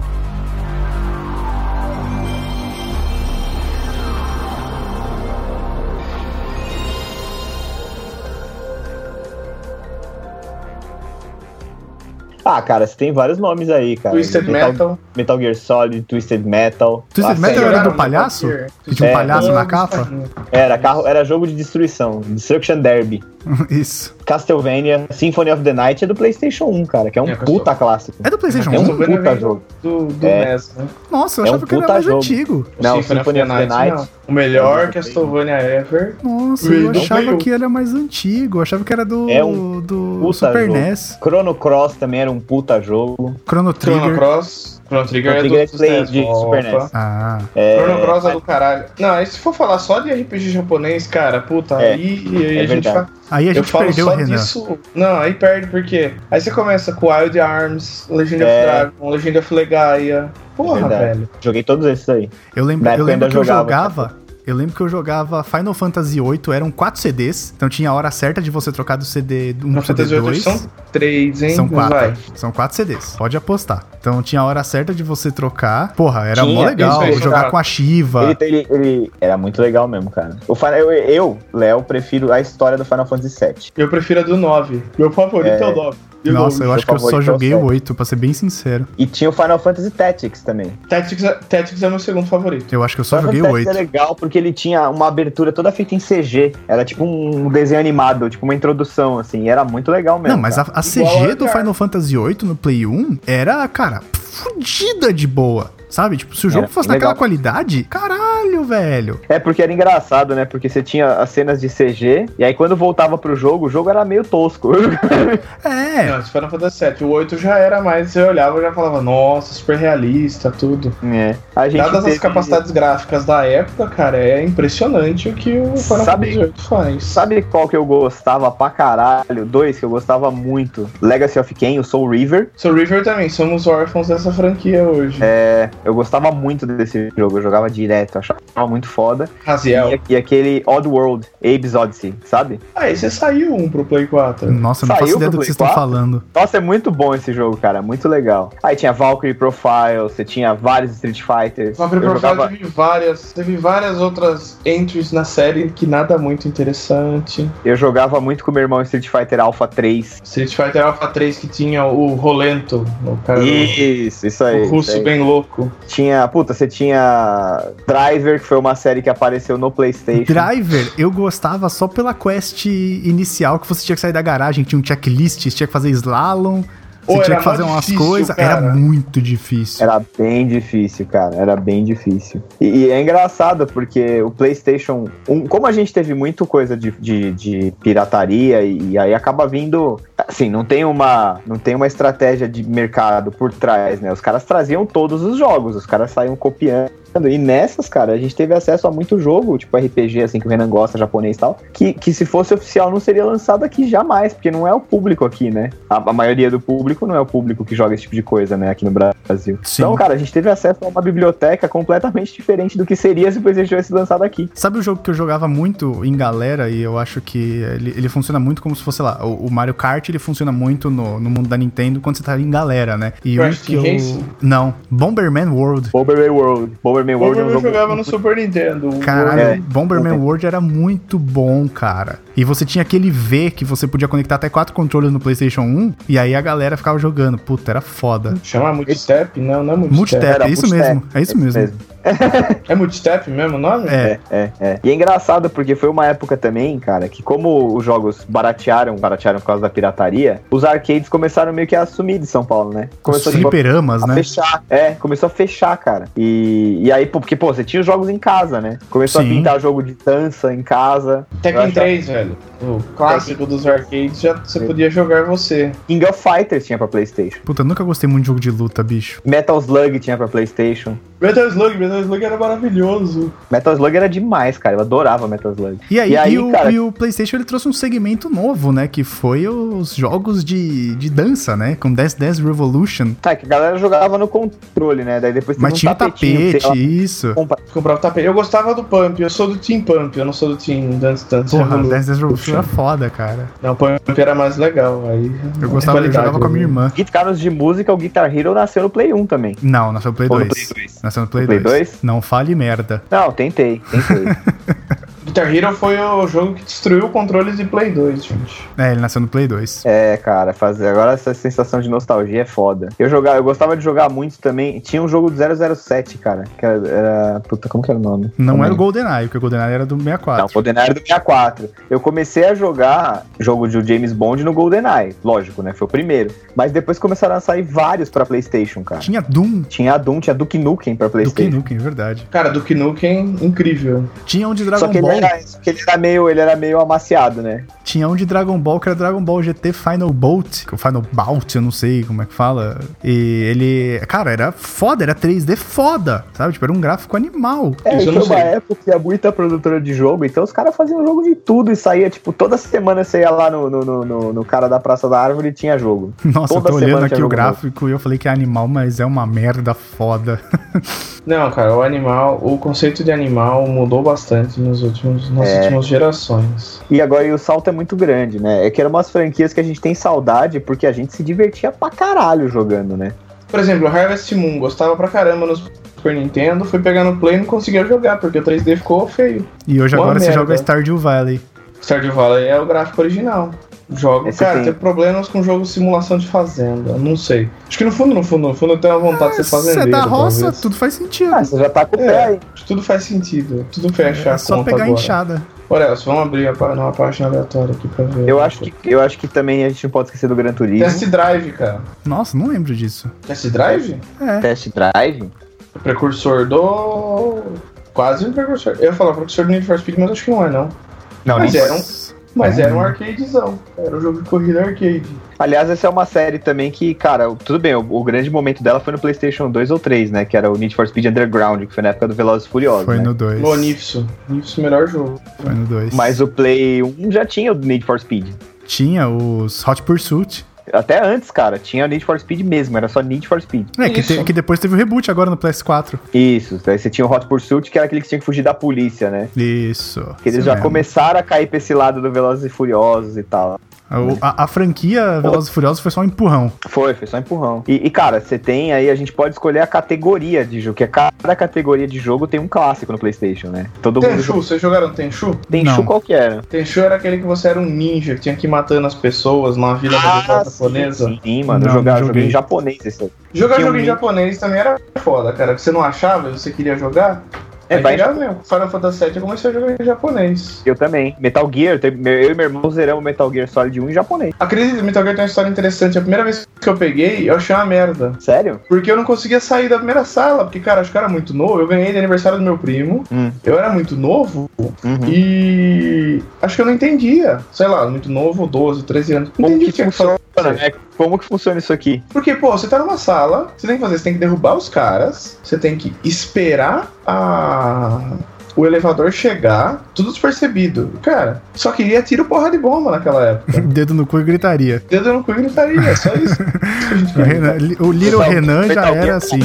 A: Ah, cara, você tem vários nomes aí, cara. tá um
B: Twisted
A: Metal,
B: Metal.
A: Metal Gear Solid, Twisted Metal.
C: Twisted
A: Nossa,
C: Metal é
A: era,
C: era do palhaço? que tinha um
A: É.
C: palhaço na capa.
A: era carro, era jogo de destruição, Destruction Derby.
C: Isso.
A: Castlevania, Symphony of the Night é do PlayStation 1, cara, que é um
B: É,
A: puta clássico.
C: É do PlayStation
A: É um
C: 1?
B: Castlevania
A: puta
B: vem
A: jogo.
B: Do, do
A: É.
B: NES, né?
C: Nossa, eu
A: É um
C: achava que ele era
A: puta
C: mais
A: jogo.
C: antigo.
A: Não,
B: O
A: Symphony of the Night.
B: não. O melhor Castlevania ever.
C: Nossa,
B: Ui,
C: eu
B: não
C: achava
B: veio.
C: que ele era mais antigo. Eu achava que era do,
A: É um
C: do
A: puta
C: Super
A: jogo.
C: NES,
A: Chrono Cross também era um puta jogo.
C: Chrono
B: Chrono
C: Trigger.
B: Cross. Chrono Trigger
A: Chrono
B: é
A: Trigger
B: do
A: é play de Super
B: Opa.
A: NES.
C: Ah,
A: É,
B: Chrono Cross é do caralho. Não, aí se for falar só de RPG japonês, cara, puta,
A: É.
B: aí, aí
A: É
B: a gente
A: verdade.
B: fala.
C: aí a
B: Eu
C: gente
B: falo
C: perdeu o
B: só
C: Renan.
B: disso. Não, aí perde, porque. Aí você começa com Wild Arms, Legend
A: É.
B: of Dragon, Legend of Legaia. Porra,
A: Verdade.
B: velho.
A: joguei todos esses aí.
C: Eu lembro,
A: Na
C: eu
A: época
C: lembro que
A: ainda
C: eu
A: jogava.
C: jogava. Eu lembro que eu jogava Final Fantasy VIII, eram quatro CDs, então tinha a hora certa de você trocar do CD 1 pro
B: No
C: CD
B: Fantasy
C: 2.
B: VIII são três, hein?
C: São
B: Mas vai.
C: quatro. São quatro CDs. Pode apostar. Então tinha a hora certa de você trocar. Porra, era
A: Tinha,
C: mó legal.
B: isso aí,
C: jogar
B: cara.
C: com a Shiva.
A: Ele, ele- ele- era muito legal mesmo, cara. O Final, eu, eu, Léo, prefiro a história do Final Fantasy VII.
B: Eu prefiro a do 9. Meu favorito é, o 9. De
C: Nossa, eu
A: Meu
C: acho que eu só
A: favorito é o
C: joguei o
A: sete.
C: 8, pra ser bem sincero.
A: E tinha o Final Fantasy Tactics também.
B: Tactics, é- Tactics é meu segundo favorito.
C: Eu acho que eu só
A: Final
C: joguei o
A: Fantasy
C: 8.
A: é legal porque ele tinha uma abertura toda feita em CG. Era tipo um desenho animado, tipo uma introdução, assim. Era muito legal mesmo.
C: Não, mas a,
A: cara.
C: a
B: Igual
C: CG
B: a
C: do
B: Arkham.
C: Final Fantasy VIII no Play 1 era, cara, fudida de boa. Sabe? Tipo, se o jogo
A: Era
C: fosse
A: bem
C: daquela
A: legal.
C: qualidade, caralho, velho.
A: É porque era engraçado, né? Porque você tinha as cenas de CG, e aí quando voltava pro jogo, o jogo era meio tosco.
C: É.
B: Não, esse Final Fantasy VII. O 8 já era mais, eu olhava e já falava, nossa, super realista, tudo.
A: é. A gente
B: Dadas as
A: teve-
B: capacidades gráficas da época, cara, é impressionante o que o Final
A: Sabe-
B: Fantasy VIII faz.
A: Sabe qual que eu gostava pra caralho? Dois que eu gostava muito. Legacy of Kain, o Soul River.
B: Soul River também, somos órfãos dessa franquia hoje.
A: É, Eu gostava muito desse jogo, eu jogava direto, eu achava muito foda.
B: Raziel.
A: E, é- e aquele Oddworld, Abe's Odyssey, sabe?
B: Ah, esse saiu um pro Play 4.
C: Nossa, eu não
A: Saiu
C: faço ideia do
A: pro
C: que vocês
A: Play 4?
C: estão falando.
A: Nossa, é muito bom esse jogo, cara, muito legal. Aí tinha Valkyrie Profile, você tinha vários Street Fighters.
B: Sobre
A: eu
B: o
A: jogava-
B: Profile teve várias, teve várias outras entries na série que nada muito interessante.
A: Eu jogava muito com meu irmão Street Fighter Alpha 3.
B: Street Fighter Alpha 3 que tinha o Rolento, o cara
A: Isso, isso aí.
B: o
A: isso
B: russo
A: aí.
B: bem louco.
A: Tinha, puta, você tinha Driver, que foi uma série que apareceu no PlayStation.
C: Driver, eu gostava só pela quest inicial, que você tinha que sair da garagem, tinha um checklist, você tinha que fazer slalom, você
B: Pô,
C: tinha
B: era
C: que fazer
B: mó
C: umas
B: difícil,
C: coisas.
B: cara.
C: Era muito difícil.
A: Era bem difícil, cara. Era bem difícil. E, e é engraçado, porque o PlayStation 1, como a gente teve muito coisa de, de, de pirataria, e, e aí acaba vindo. Assim, não tem, uma, não tem uma estratégia de mercado por trás, né? Os caras traziam todos os jogos, os caras saíam copiando. E nessas, cara, a gente teve acesso a muito jogo, tipo RPG, assim, que o Renan gosta, japonês e tal, que, que se fosse oficial não seria lançado aqui jamais, porque não é o público aqui, né? A, a maioria do público não é o público que joga esse tipo de coisa, né, aqui no Brasil.
C: Sim.
A: Então, cara, a gente teve acesso a uma biblioteca completamente diferente do que seria se o PlayStation tivesse lançado aqui.
C: Sabe o jogo que eu jogava muito em galera e eu acho que ele, ele funciona muito como se fosse sei lá, o, o Mario Kart ele funciona muito no, no mundo da Nintendo quando você tá em galera, né? E um
B: Crash
C: que eu...
B: Team Racing?
C: Não, Bomberman World.
A: Bomberman World. Bomberman
B: Como
A: World é um
B: eu
A: jogo
B: jogava no Super Nintendo. o-
C: Caralho,
A: É.
C: Bomberman World era muito bom, cara. E você tinha aquele V que você podia conectar até quatro controles no PlayStation 1 e aí a galera ficava jogando. Puta, era foda.
B: Chama multitap? Não, não é multitap.
C: Multitap,
A: Era
C: é isso
A: multitap,
C: mesmo. É isso mesmo.
B: É multitap mesmo o nome?
C: É.
A: É, é. E é engraçado porque foi uma época também, cara, que como os jogos baratearam, baratearam por causa da pirataria, os arcades começaram meio que a sumir de São Paulo, né?
C: Os
A: tipo, a
C: fliperamas,
A: a
C: né?
A: fechar. É, começou a fechar, cara. E, e aí, pô, porque, pô, você tinha os jogos em casa, né? Começou
C: Sim.
A: a pintar jogo de dança em casa. Eu
B: Tekken
A: achava-
B: 3, velho. é O clássico dos arcades, já você podia jogar você.
A: King of Fighters tinha pra Playstation.
C: Puta, eu nunca gostei muito de jogo de luta, bicho.
A: Metal Slug tinha pra Playstation.
B: Metal Slug, Metal Slug era maravilhoso.
A: Metal Slug era demais, cara. Eu adorava Metal Slug.
C: E aí,
A: E aí,
C: e o,
A: cara-
C: e o PlayStation ele trouxe um segmento novo, né? Que foi os jogos de, de dança, né? Com Dance Dance Revolution.
A: Tá, que a galera jogava no controle, né? Daí depois teve
C: Mas tinha o
A: tapetinho,
C: tapete,
A: sei lá,
C: isso.
A: compra-
B: Comprava o tapete. tá Eu gostava do Pump, eu sou do Team Pump, eu não sou do Team Dance Dance
C: Porra, né?
B: Revolution.
C: Dance Dance Revolution era foda, cara.
B: Não, o Pump era mais legal. Aí,
C: Eu gostava, eu
B: qualidade,
C: jogava com a minha
B: né?
C: irmã.
A: Guitarras de música, o Guitar Hero nasceu no Play 1 também.
C: Não, nasceu no Play
A: Ou no
C: 2.
A: Play 2.
C: Nasceu no Play,
A: Play
C: 2.
A: 2?
C: Não fale merda.
A: Não, tentei, tentei.
B: Guitar Hero foi o jogo que destruiu controles de Play 2, gente.
C: É, ele nasceu no Play 2.
A: É, cara, fazer agora essa sensação de nostalgia é foda. Eu jogava, eu gostava de jogar muito também. Tinha um jogo do 007, cara, que era, era- puta, como que era o nome?
C: Não
A: Como
C: era o GoldenEye, porque o GoldenEye era do
A: Não,
C: 64.
A: GoldenEye do 64. Eu comecei a jogar jogo de James Bond no GoldenEye, lógico, né? Foi o primeiro. Mas depois começaram a sair vários pra PlayStation, cara.
C: Tinha Doom
A: Tinha Doom, tinha Duke Nukem pra
C: do Duke
A: PlayStation.
C: Nukem, é verdade.
B: Cara, do Nukem, incrível.
C: Tinha um de
A: Só
C: Dragon
A: que, ele
C: Ball.
A: era, só que ele era meio, ele era meio amaciado, né?
C: Tinha um de Dragon Ball que era Dragon Ball GT Final Bolt, que é o Final Bout, eu não sei como é que fala. E ele, cara, era foda, era 3D foda, sabe? Tipo, era um gráfico animal.
A: É,
B: Isso
A: foi
B: eu não
A: uma
B: sei.
A: época que tinha muita produtora de jogo, então os caras faziam jogo de tudo e saía, tipo, toda semana você ia lá no, no, no- no- no cara da Praça da Árvore e tinha jogo. É,
C: Nossa,
A: Toda
C: eu tô olhando
A: semana
C: aqui
A: tinha jogo
C: o gráfico e eu falei que é animal, mas é uma merda foda.
B: Não, cara, o animal, o conceito de animal mudou bastante nos últimos, nas
A: É.
B: últimas gerações.
A: E agora e o salto é muito grande, né? É que eram umas franquias que a gente tem saudade porque a gente se divertia pra caralho jogando, né?
B: Por exemplo, Harvest Moon, gostava pra caramba no Super Nintendo, fui pegar no Play e não conseguia jogar, porque o 3D ficou feio.
C: E hoje
B: Uma
C: agora você
B: merda.
C: joga Stardew Valley.
B: Stardew Valley é o gráfico original. Jogo,
A: Esse
B: cara,
A: tem.
B: tem problemas com jogo de simulação de fazenda, não sei. Acho que no fundo, no fundo, no fundo eu tenho a vontade de ser
C: Você é
B: fazendeiro.
C: da roça,
B: talvez.
C: tudo faz sentido.
A: Ah, você já tá com o
B: É.
A: pé aí.
B: Acho que Tudo faz sentido, tudo fecha
C: é
B: a
C: só
B: conta
C: pegar a
B: agora.
C: enxada.
B: Olha, só vamos abrir a pá- uma página aleatória aqui pra ver.
A: Eu acho, que, eu acho que também a gente não pode esquecer do Gran Turismo.
B: Test Drive, cara.
C: Nossa, não lembro disso.
B: Test Drive?
C: É.
A: Test Drive?
B: Precursor do. Quase um precursor. Eu ia falar precursor do Need for Speed, mas acho que não é, não.
C: Não,
B: Mas
C: não-
B: era um- Mas
C: É.
B: era
A: Uhum.
B: um arcadezão. Era um jogo de corrida arcade.
A: Aliás, essa é uma série também que, cara, tudo bem, o, o grande momento dela foi no PlayStation 2 ou 3, né? Que era o Need for Speed Underground, que foi na época do Velozes e Furiosos.
C: um Foi
A: né?
C: no 2.
B: Lô Nifso. Nifso, melhor jogo.
C: Foi no 2.
A: um Mas o Play 1 já tinha o Need for Speed.
C: Tinha os Hot Pursuit.
A: Até antes, cara, tinha Need for Speed mesmo, era só Need for Speed.
C: É, que,
B: Isso.
C: te- que depois teve o reboot agora no PS4.
A: Isso, aí você tinha o Hot Pursuit, que era aquele que tinha que fugir da polícia, né?
C: Isso. É.
A: Que eles
C: Isso
A: já
C: mesmo.
A: começaram a cair pra esse lado do Velozes e Furiosos e tal.
C: O- A, a franquia Velozes e Furiosos foi só um empurrão.
A: Foi, foi só um empurrão. E, e, cara, você tem aí, a gente pode escolher a categoria de jogo, que é cada categoria de jogo tem um clássico no PlayStation, né? Todo mundo
B: Tenchu,
A: joga-
B: vocês jogaram Tenchu?
A: tem
C: Não.
A: chu qualquer.
B: Tenchu era aquele que você era um ninja, que tinha que ir matando as pessoas numa vila medieval japonesa.
A: Ah, sim, sim, mano.
C: Ah, Não,
A: eu jogava joguei
C: não joguei.
A: em japonês esse aí.
B: Jogar
A: Tinha
B: jogo
A: um
B: em
A: ninja.
B: japonês também era foda, cara. Que você não achava e você queria jogar.
A: É,
B: aí
A: vai-
B: pegava mesmo. Final Fantasy VII eu comecei a jogar em japonês.
A: Eu também. Metal Gear, teve- eu e meu irmão zeramos Metal Gear Solid 1 em japonês.
B: A crise de Metal Gear tem uma história interessante. A primeira vez que eu peguei, eu achei uma merda.
A: Sério?
B: Porque eu não conseguia sair da primeira sala, porque, cara, acho que eu era muito novo. Eu ganhei de aniversário do meu primo.
A: Hum.
B: Eu era muito novo
A: Uhum.
B: e. Acho que eu não entendia. Sei lá, muito novo, 12, 13 anos. Não
A: Como
B: entendi
A: que
B: o que tinha que fazer.
A: Mano, né? Como que funciona isso aqui?
B: Porque, pô, você tá numa sala, você tem que fazer, você tem que derrubar os caras, você tem que esperar a. O elevador chegar, tudo despercebido. Cara, só queria tiro porra de bomba naquela época.
C: Dedo no cu e gritaria.
B: Dedo no cu e gritaria, é só isso. que a gente
C: O,
B: queria.
C: Renan- li- o Little
A: Metal-
C: Renan já
A: Metal Gear.
C: era assim.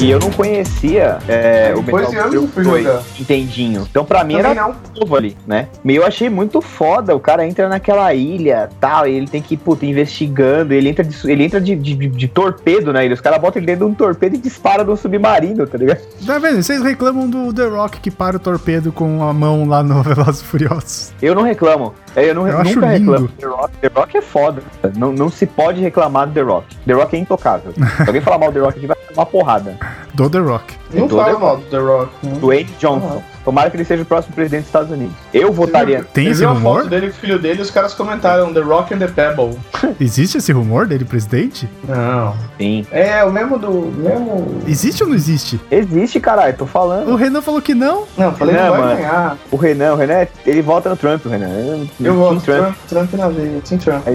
A: E eu não conhecia é, o
B: Depois
A: Metal
B: de
A: Gear
B: anos eu fui
A: 2,
B: jogar.
A: entendinho. Então pra mim
B: Também
A: era
B: não.
A: novo ali, né? E eu achei muito foda, o cara entra naquela ilha, tal, e ele tem que ir, puta, investigando, ele entra de, ele entra de, de, de- de torpedo na ilha, os caras botam ele dentro de um torpedo e disparam de um submarino, tá ligado?
C: Tá vendo? Vocês reclamam do The Rock que para o torpedo com a mão lá no Velozes e Furiosos.
A: Eu não reclamo, É, eu, não,
C: Eu acho
A: nunca
C: lindo.
A: reclamo. The Rock, The Rock é foda, não, não se pode reclamar do The Rock, The Rock é intocável. Se alguém falar mal do The Rock, a gente vai tomar uma porrada.
C: Do The Rock.
B: Não
A: Todo
B: fala
A: errado.
B: mal do The Rock. né?
A: Dwayne Johnson, tomara que ele seja o próximo presidente dos Estados Unidos. Eu votaria...
C: Tem
B: Eu
C: esse
B: vi uma
C: rumor?
B: foto dele com o filho dele e os caras comentaram The Rock and the Pebble.
C: Existe esse rumor dele, presidente?
B: Não.
A: Sim.
B: É, o mesmo do. mesmo.
C: Existe ou não existe?
A: Existe, caralho, tô falando.
C: O Renan falou que não.
B: Não, falei não,
A: Não,
B: vai
A: mano.
B: ganhar.
A: O Renan, o Renan, ele vota no Trump, o Renan. Eu,
B: Eu voto. Trump, Trump na veia, Tim Trump.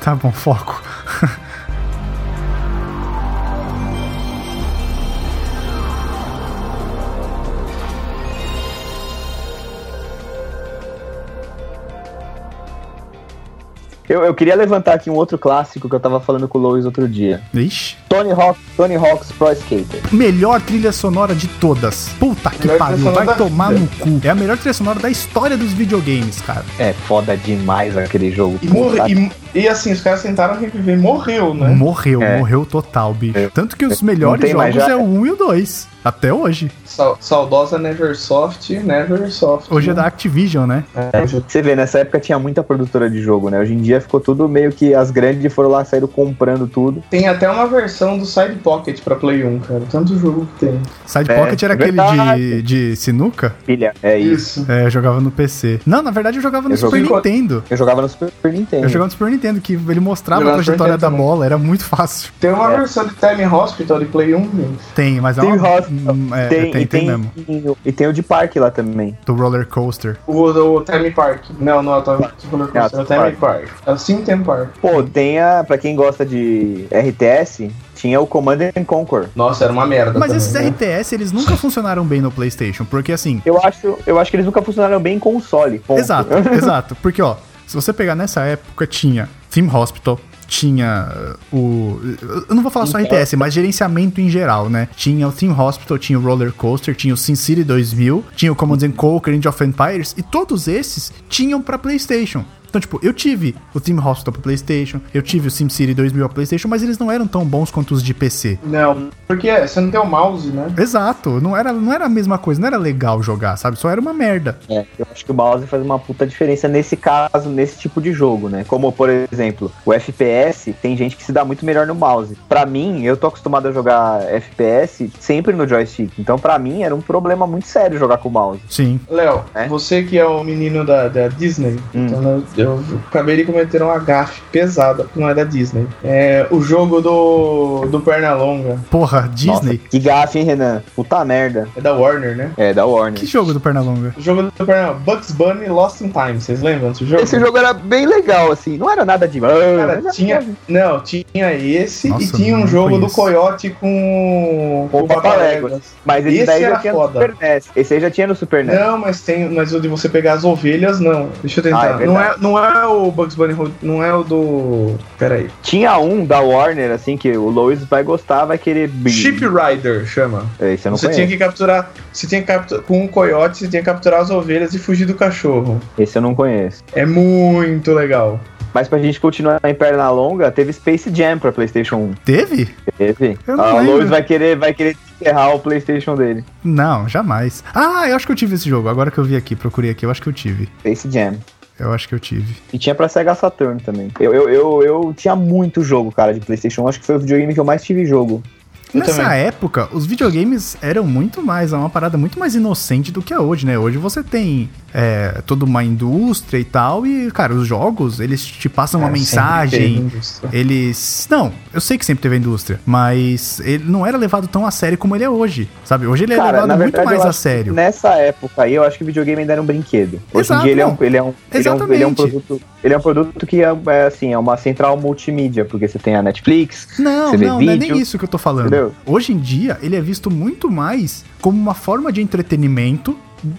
C: Tá bom, foco.
A: Eu, eu queria levantar aqui um outro clássico que eu tava falando com o Lois outro dia.
C: Ixi.
A: Tony Hawk, Tony Hawk's Pro Skater.
C: Melhor trilha sonora de todas. Puta que
B: Melhor trilha
C: pariu,
B: sonora
C: vai
B: da
C: tomar
B: vida.
C: no cu. É a melhor trilha sonora da história dos videogames, cara.
A: É foda demais aquele jogo. Tá
B: E, morre,
C: Ah.
B: e, e assim, os caras tentaram reviver, morreu, né?
C: Morreu,
A: É.
C: morreu total, bicho.
A: É.
C: Tanto que os
A: Não
C: melhores
A: tem mais
C: jogos
A: já.
C: é o 1 e o 2. Até hoje.
B: Sau- saudosa Neversoft, Neversoft.
C: Hoje é da Activision, né?
B: É, hoje-
A: Você vê, nessa época tinha muita produtora de jogo, né? Hoje em dia ficou tudo meio que as grandes foram lá, saíram comprando tudo.
B: Tem até uma versão do Side Pocket pra Play 1, cara. Tanto jogo que tem.
C: Side
A: É,
C: Pocket era aquele de,
A: verdade.
C: de sinuca.
A: Filha, é isso.
B: Isso.
C: É, eu jogava no PC. Não, na verdade eu jogava no
A: Eu
C: Super
A: joguei-
C: Nintendo.
A: Eu jogava no Super Nintendo.
C: Eu jogava no Super Nintendo, que ele mostrava a
B: Jogava no Super
C: trajetória da
B: Nintendo
C: bola, era muito fácil.
B: Tem uma
A: É.
B: versão de Time Hospital de Play 1, gente.
C: Tem, mas é
A: Tem
C: uma...
A: Hospital.
C: Hum, é,
A: tem,
C: tem,
A: e
C: tem,
A: tem,
C: mesmo.
A: o- e tem o de parque lá também.
C: Do roller coaster.
B: O, o Time Park. Não, não, é o Time Park. É o Time Park. É o Sim Time Park.
A: Pô, tem a. Pra quem gosta de RTS, tinha o Command and Conquer.
B: Nossa, era uma merda.
C: Mas
B: também,
C: esses
B: né?
C: RTS, eles nunca funcionaram bem no PlayStation, porque assim,
A: Eu acho, eu acho que eles nunca funcionaram bem em console. ponto.
C: Exato, exato. Porque, ó, se você pegar nessa época, tinha Team Hospital, tinha uh, o. Eu não vou falar só RTS, mas gerenciamento em geral, né? Tinha o Team Hospital, tinha o Roller Coaster, tinha o SimCity 2000, tinha o Command and Conquer, Age of Empires, e todos esses tinham pra PlayStation. Então, tipo, eu tive o Team Hospital pra PlayStation, eu tive o SimCity 2000 pra PlayStation, mas eles não eram tão bons quanto os de PC.
B: Não, porque é, você não tem o mouse, né?
C: Exato, não era, não era a mesma coisa, não era legal jogar, sabe? Só era uma merda.
A: É, eu acho que o mouse faz uma puta diferença nesse caso, nesse tipo de jogo, né? Como, por exemplo, o FPS, tem gente que se dá muito melhor no mouse. Pra mim, eu tô acostumado a jogar FPS sempre no joystick. Então, pra mim, era um problema muito sério jogar com o mouse.
C: Sim.
B: Léo,
A: É?
B: você que é o menino da, da Disney,
A: Hum.
B: então eu, Eu acabei de cometer um agafe pesada porque não é da Disney. É o jogo do, do Pernalonga.
C: Porra, Disney?
A: Nossa, que gafe, hein, Renan? Puta merda.
B: É da Warner, né?
A: É, da Warner.
C: Que jogo do Pernalonga?
B: O jogo do Pernalonga. Bugs Bunny Lost in Time. Vocês lembram desse jogo?
A: Esse jogo era bem legal, assim. Não era nada de.
B: Cara, tinha. Não, tinha esse
C: Nossa,
B: e tinha
C: não
B: um jogo do
C: conheço.
B: Coyote com,
A: Com o né? Papaléguas. Mas esse,
B: Esse
A: daí já
B: era
A: tinha
B: foda. É.
A: no Super NES. Esse aí já tinha no Super NES.
B: Não, mas tem, mas o de você pegar as ovelhas, não. Deixa eu
A: Ah, é
B: tentar.
A: verdade.
B: não, é, não é o Bugs Bunny, Ro- não é o do. Peraí.
A: Tinha um da Warner, assim, que o Lois vai gostar, vai querer.
B: Ship Rider chama.
A: Esse eu não
B: você
A: conheço.
B: tinha que capturar. Você tinha que capturar. Com um coiote, você tinha que capturar as ovelhas e fugir do cachorro.
A: Esse eu não conheço.
B: É muito legal.
A: Mas pra gente continuar em perna longa, teve Space Jam pra PlayStation 1.
C: Teve?
A: Teve?
C: Eu não
A: Ah, o
C: lembro.
A: Lois vai querer, vai querer encerrar o PlayStation dele.
C: Não, jamais. Ah, eu acho que eu tive esse jogo. Agora que eu vi aqui, procurei aqui, eu acho que eu tive.
A: Space Jam.
C: Eu acho que eu tive.
A: E tinha pra Sega Saturn também. Eu, eu, eu, eu tinha muito jogo, cara, de PlayStation 1. Acho que foi o videogame que eu mais tive jogo.
B: Eu
C: Nessa
B: também.
C: época, os videogames eram muito mais, é uma parada muito mais inocente do que é hoje, né? Hoje você tem é, toda uma indústria e tal, e, cara, os jogos, eles te passam É uma
B: Cara,
C: mensagem,
B: sempre É, tem. né?
C: eles. Não, eu sei que sempre teve a indústria, mas ele não era levado tão a sério como ele é hoje, sabe? Hoje ele é
A: Cara,
C: levado
A: na
C: muito
A: verdade,
C: mais
A: eu
C: a
A: acho que né,
C: sério.
A: Nessa época aí, eu acho que o videogame ainda era um brinquedo. Hoje
C: Exato,
A: em dia ele é
C: não.
A: um, ele é um, ele é um, ele é um
C: Exatamente.
A: produto. Ele é um produto que é, é, assim, é uma central multimídia, porque você tem a Netflix,
C: Não,
A: você vê
C: não, não é
A: vídeo.
C: nem isso que eu tô falando.
A: entendeu?
C: Hoje em dia, ele é visto muito mais como uma forma de entretenimento